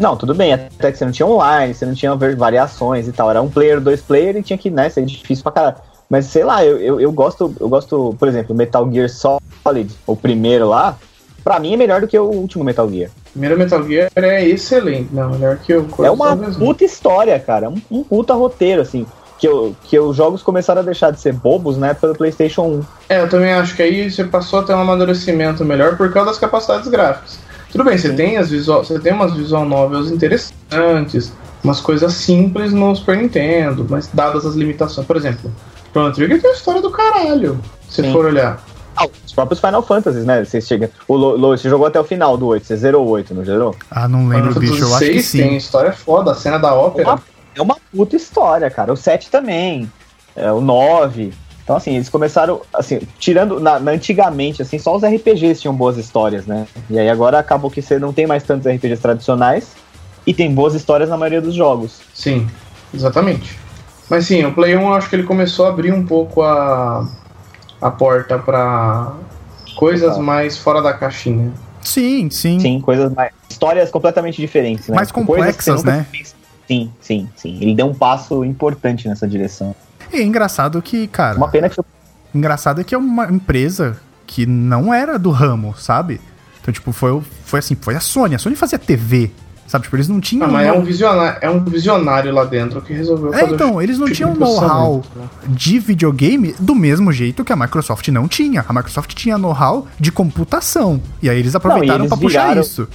A: Não, tudo bem, até que você não tinha online, você não tinha ver- variações e tal. Era um player, dois player e tinha que, né, ser difícil pra caralho. Mas sei lá, eu, eu, eu gosto, eu gosto, por exemplo, Metal Gear Solid, o primeiro lá, pra mim é melhor do que o último Metal Gear.
B: Primeiro Metal Gear é excelente, não, melhor que o
A: É
B: Corpo
A: uma
B: Salvador.
A: puta história, cara. Um, um puta roteiro, assim. Que, eu, que os jogos começaram a deixar de ser bobos na época do PlayStation 1.
B: É, eu também acho que aí você passou a ter um amadurecimento melhor por causa das capacidades gráficas. Tudo bem, você
A: Sim.
B: tem as visual, você tem umas visual novels interessantes, umas coisas simples no Super Nintendo, mas dadas as limitações, por exemplo, Chrono Trigger tem uma história do caralho. se
A: Sim.
B: for olhar.
A: Ah, os próprios Final Fantasies, né? Você chega. O Lo, Lo, você jogou até o final do 8, você zerou o 8, não zerou?
C: Ah, não lembro,
B: Final
C: bicho. Eu acho
B: Fantasy
C: que
B: VI tem
C: sim.
B: história foda, a cena da
A: É
B: ópera.
A: uma, é uma puta história, cara. O 7 também. é, o 9. Então, assim, eles começaram, assim, tirando na, na- antigamente, assim, só os RPGs tinham boas histórias, né? E aí agora acabou que você não tem mais tantos RPGs tradicionais e tem boas histórias na maioria dos jogos.
B: Sim, exatamente. Mas sim, o Play 1 eu acho que ele começou a abrir um pouco a, a porta pra coisas
A: Tá.
B: mais fora da caixinha.
C: Sim, sim.
A: Sim, coisas mais. Histórias completamente diferentes, né?
C: Mais
A: Coisas que você
C: complexas,
A: nunca
C: né?
A: fez. Sim, sim, sim. Ele deu um passo importante nessa direção.
C: E é engraçado que, cara,
A: Uma pena que foi
C: engraçado é que é uma empresa que não era do ramo, sabe? Então, tipo, foi, o- foi assim, foi a Sony. A Sony fazia TV, sabe? Tipo, eles não tinham...
B: Ah, mas é
C: know-
B: um, visionário, é um visionário lá dentro que resolveu
C: É,
B: fazer o
C: então, eles não
B: tipo
C: tinham
B: de
C: know-how de videogame do mesmo jeito que a Microsoft não tinha. A Microsoft tinha know-how de computação. E aí eles aproveitaram
A: eles
C: pra puxar
A: viraram-
C: isso.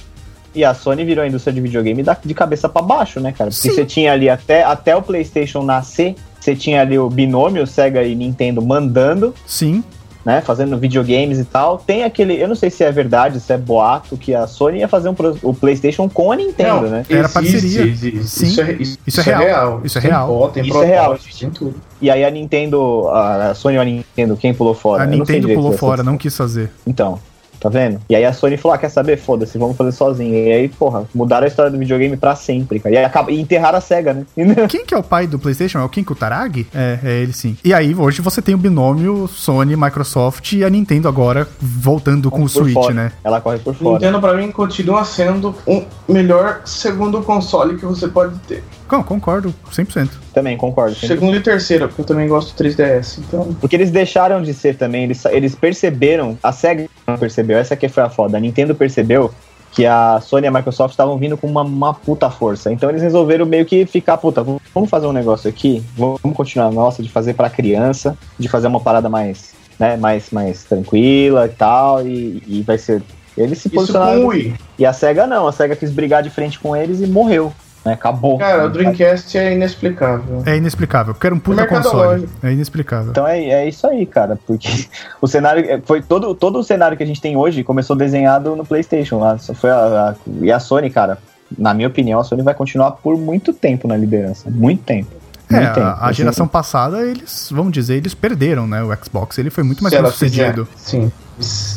A: E a Sony virou a indústria de videogame da- de cabeça pra baixo, né, cara? Porque
C: Sim.
A: você tinha ali até, até o PlayStation nascer, você tinha ali o binômio Sega e Nintendo mandando,
C: Sim.
A: né, fazendo videogames e tal. Tem aquele, eu não sei se é verdade, se é boato que a Sony ia fazer um pro- o PlayStation com a Nintendo, né?
C: Era parceria.
B: Existe.
C: Sim.
B: Isso é, isso, isso
C: Isso é
B: é
C: real.
B: real.
C: Isso é real.
B: Tem, pó, tem
A: Isso é real.
B: protótipo, tem tudo.
A: E aí a Nintendo, a a Sony ou a Nintendo, quem pulou fora? Eu
C: a
A: não sei
C: Nintendo
A: direito
C: pulou
A: essa-
C: fora, né? não quis fazer.
A: Então, tá vendo? E aí a Sony falou: ah, quer saber? Foda-se, vamos fazer sozinho. E aí, porra, mudaram a história do videogame pra sempre, cara. E aí acaba, e enterraram a SEGA, né?
C: Quem que é o pai do PlayStation? É o Ken Kutaragi? É, é ele sim. E aí, hoje você tem o binômio Sony, Microsoft e a Nintendo agora voltando com o
A: Por
C: Switch,
A: fora.
C: né?
A: Ela corre por fora.
B: Nintendo pra mim continua sendo o melhor segundo console que você pode ter.
C: Não, concordo, 100%.
A: Também concordo. sempre
B: Segundo e terceiro, porque eu também gosto do 3DS, então.
A: Porque eles deixaram de ser também, eles, eles perceberam, a SEGA não percebeu, essa que foi a foda, a Nintendo percebeu que a Sony e a Microsoft estavam vindo com uma, uma puta força. Então eles resolveram meio que ficar, puta, v- vamos fazer um negócio aqui, vamos continuar a nossa, de fazer pra criança, de fazer uma parada mais, né, mais, mais tranquila e tal, e, e vai ser... Eles se
B: Isso com
A: posicionaram.
B: o Wii.
A: E a SEGA não, a SEGA quis brigar de frente com eles e morreu, né, acabou.
B: Cara, o Dreamcast é inexplicável.
C: É inexplicável, porque era um puta console.
B: Mercadológico.
C: É inexplicável.
A: Então é, é isso aí, cara, porque o cenário é, foi todo todo o cenário que a gente tem hoje começou desenhado no PlayStation lá, só foi a, a- e a Sony, cara. Na minha opinião, a Sony vai continuar por muito tempo na liderança, muito tempo.
C: É,
A: muito tempo.
C: a, a
A: Assim,
C: geração passada, eles, vamos dizer, eles perderam, né? O Xbox, ele foi muito mais
B: Se
C: bem
B: ela fizer-
C: sucedido.
B: Sim.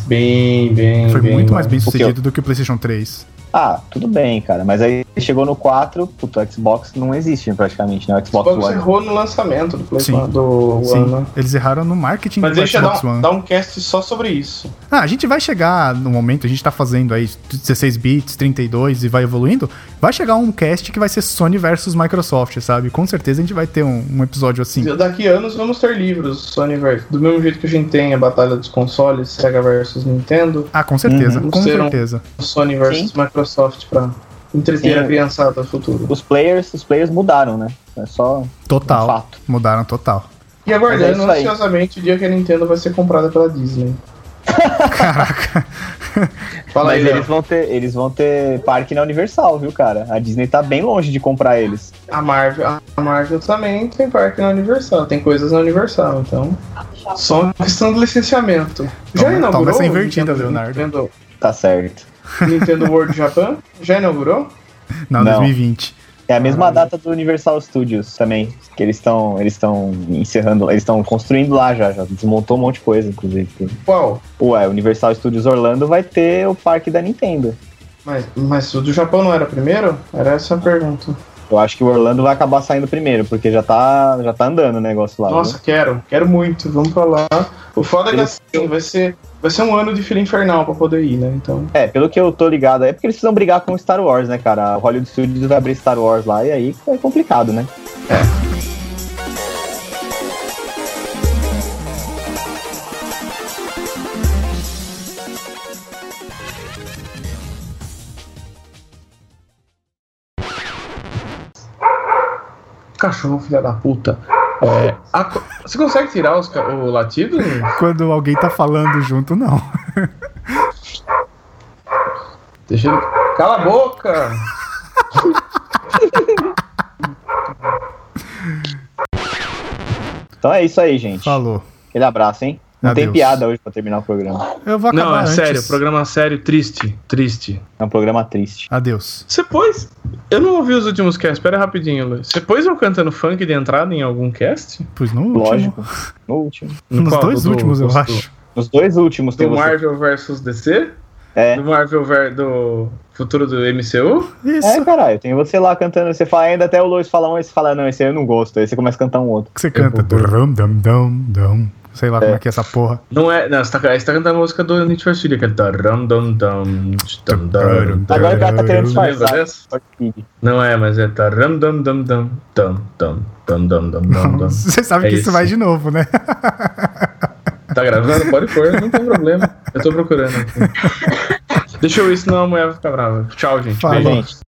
B: Bem, bem.
C: Foi muito mais bem
A: O que eu-
C: sucedido do que o PlayStation 3.
A: Ah, tudo bem, cara, mas aí chegou no 4, puto, o Xbox não existe praticamente, né? O
B: O
A: Xbox
B: Xbox é
A: One.
B: errou no lançamento do
C: Sim.
B: PlayStation do
C: Sim,
B: One. né?
C: eles erraram no marketing
B: Mas
C: do
B: deixa eu
C: Xbox
B: dar um,
C: One.
B: dar um cast só sobre isso.
C: Ah, a gente vai chegar no momento, a gente tá fazendo aí 16 bits, 32 e vai evoluindo. Vai chegar um cast que vai ser Sony versus Microsoft, sabe? Com certeza a gente vai ter um, um episódio assim.
B: Daqui a anos vamos ter livros Sony versus. Do mesmo jeito que a gente tem a Batalha dos Consoles, Sega versus Nintendo,
C: Ah, com certeza,
B: Uhum.
C: com
B: Serão.
C: certeza.
B: Sony versus Microsoft pra entreter
A: Sim.
B: a criançada do futuro.
A: Os players, os players mudaram, né? É só um
C: Total.
A: fato.
C: Mudaram total.
B: E aguardando
A: Mas é isso aí.
B: ansiosamente o dia que a Nintendo vai ser comprada pela Disney.
C: Caraca.
A: Mas
B: Fala
A: é.
B: aí,
A: eles
B: eles...
A: vão ter, eles vão ter parque na Universal, viu, cara? A Disney tá bem longe de comprar eles.
B: a Marvel. A Marvel também tem parque na Universal, tem coisas na Universal, então. Só uma questão do
C: Tá
B: licenciamento. Já
C: Toma- toma
B: inaugurou?
C: essa
B: o
C: invertida,
B: Nintendo-
C: Leonardo.
B: Nintendo,
A: Tá certo.
B: Nintendo World Japan? Já inaugurou?
C: Não,
A: Não.
C: 2020.
A: É a
C: Ah,
A: mesma data do Universal Studios também, que eles estão eles estão encerrando, eles estão construindo lá já, já desmontou um monte de coisa, inclusive.
B: Qual?
A: Ué, Universal Studios Orlando vai ter o parque da Nintendo.
B: Mas, mas o do Japão não era primeiro? Era essa a pergunta.
A: Eu acho que o Orlando vai acabar saindo primeiro, porque já tá, já tá andando o negócio lá.
B: Nossa,
A: né?
B: quero, quero muito, vamos pra lá. O foda é que
A: Ele-
B: assim, vai ser, vai ser um ano de fila infernal pra poder ir, né? Então.
A: É, pelo que eu tô ligado, é porque eles precisam brigar com o Star Wars, né, cara? O Hollywood Studios vai abrir Star Wars lá e aí é complicado, né?
B: Cachorro, filha da puta. É, a co- você consegue tirar os, ca- o latido?
C: Quando alguém tá falando junto, não.
B: Deixa ele... Cala a boca!
A: Então é isso aí, gente.
C: Falou.
A: Então é Aquele abraço, hein? Não tem
C: Adeus.
A: piada hoje pra terminar o programa.
C: Eu vou acabar
B: Não, é
C: antes.
B: sério, programa sério, triste, triste.
A: É um programa triste.
C: Adeus.
B: Você pôs. Eu não ouvi os últimos casts, pera rapidinho, Luiz. Você pôs eu cantando funk de entrada em algum cast?
C: Pois no último.
A: Lógico. No último.
B: No
C: Nos
B: qual?
C: dois
B: Do-
C: últimos, eu
B: do-
C: acho.
A: Nos dois últimos tem
C: um
B: Do
A: você.
B: Marvel vs DC?
A: É.
B: Do Marvel ver- do futuro do MCU?
C: Isso.
A: É, caralho, tem você lá cantando, você fala ainda até o Lois fala um e você fala, não, esse aí eu não gosto. Aí você começa a cantar um outro.
C: que você canta. Dum, dum, dum, dum. Sei lá como é que é essa porra.
B: Não é. Não, você tá, você tá cantando a música do Need for Speed, é aquele. taram, dam, dam, dam, dam.
A: Agora o cara tá querendo
B: Você lembra
A: disfarçar.
B: dessa?
A: Só que-
B: Não é, mas é. taram, dam, dam, dam, dam, dam, dam, dam, dam, dam, dam.
C: Você sabe
B: É
C: que isso
B: isso.
C: vai de novo, né?
B: Tá gravando? Pode pôr, não tem problema. Eu tô procurando. aqui. Deixa eu ver, senão a mulher vai ficar brava. Tchau, gente.
C: Fala.
B: Beijo.
A: Gente,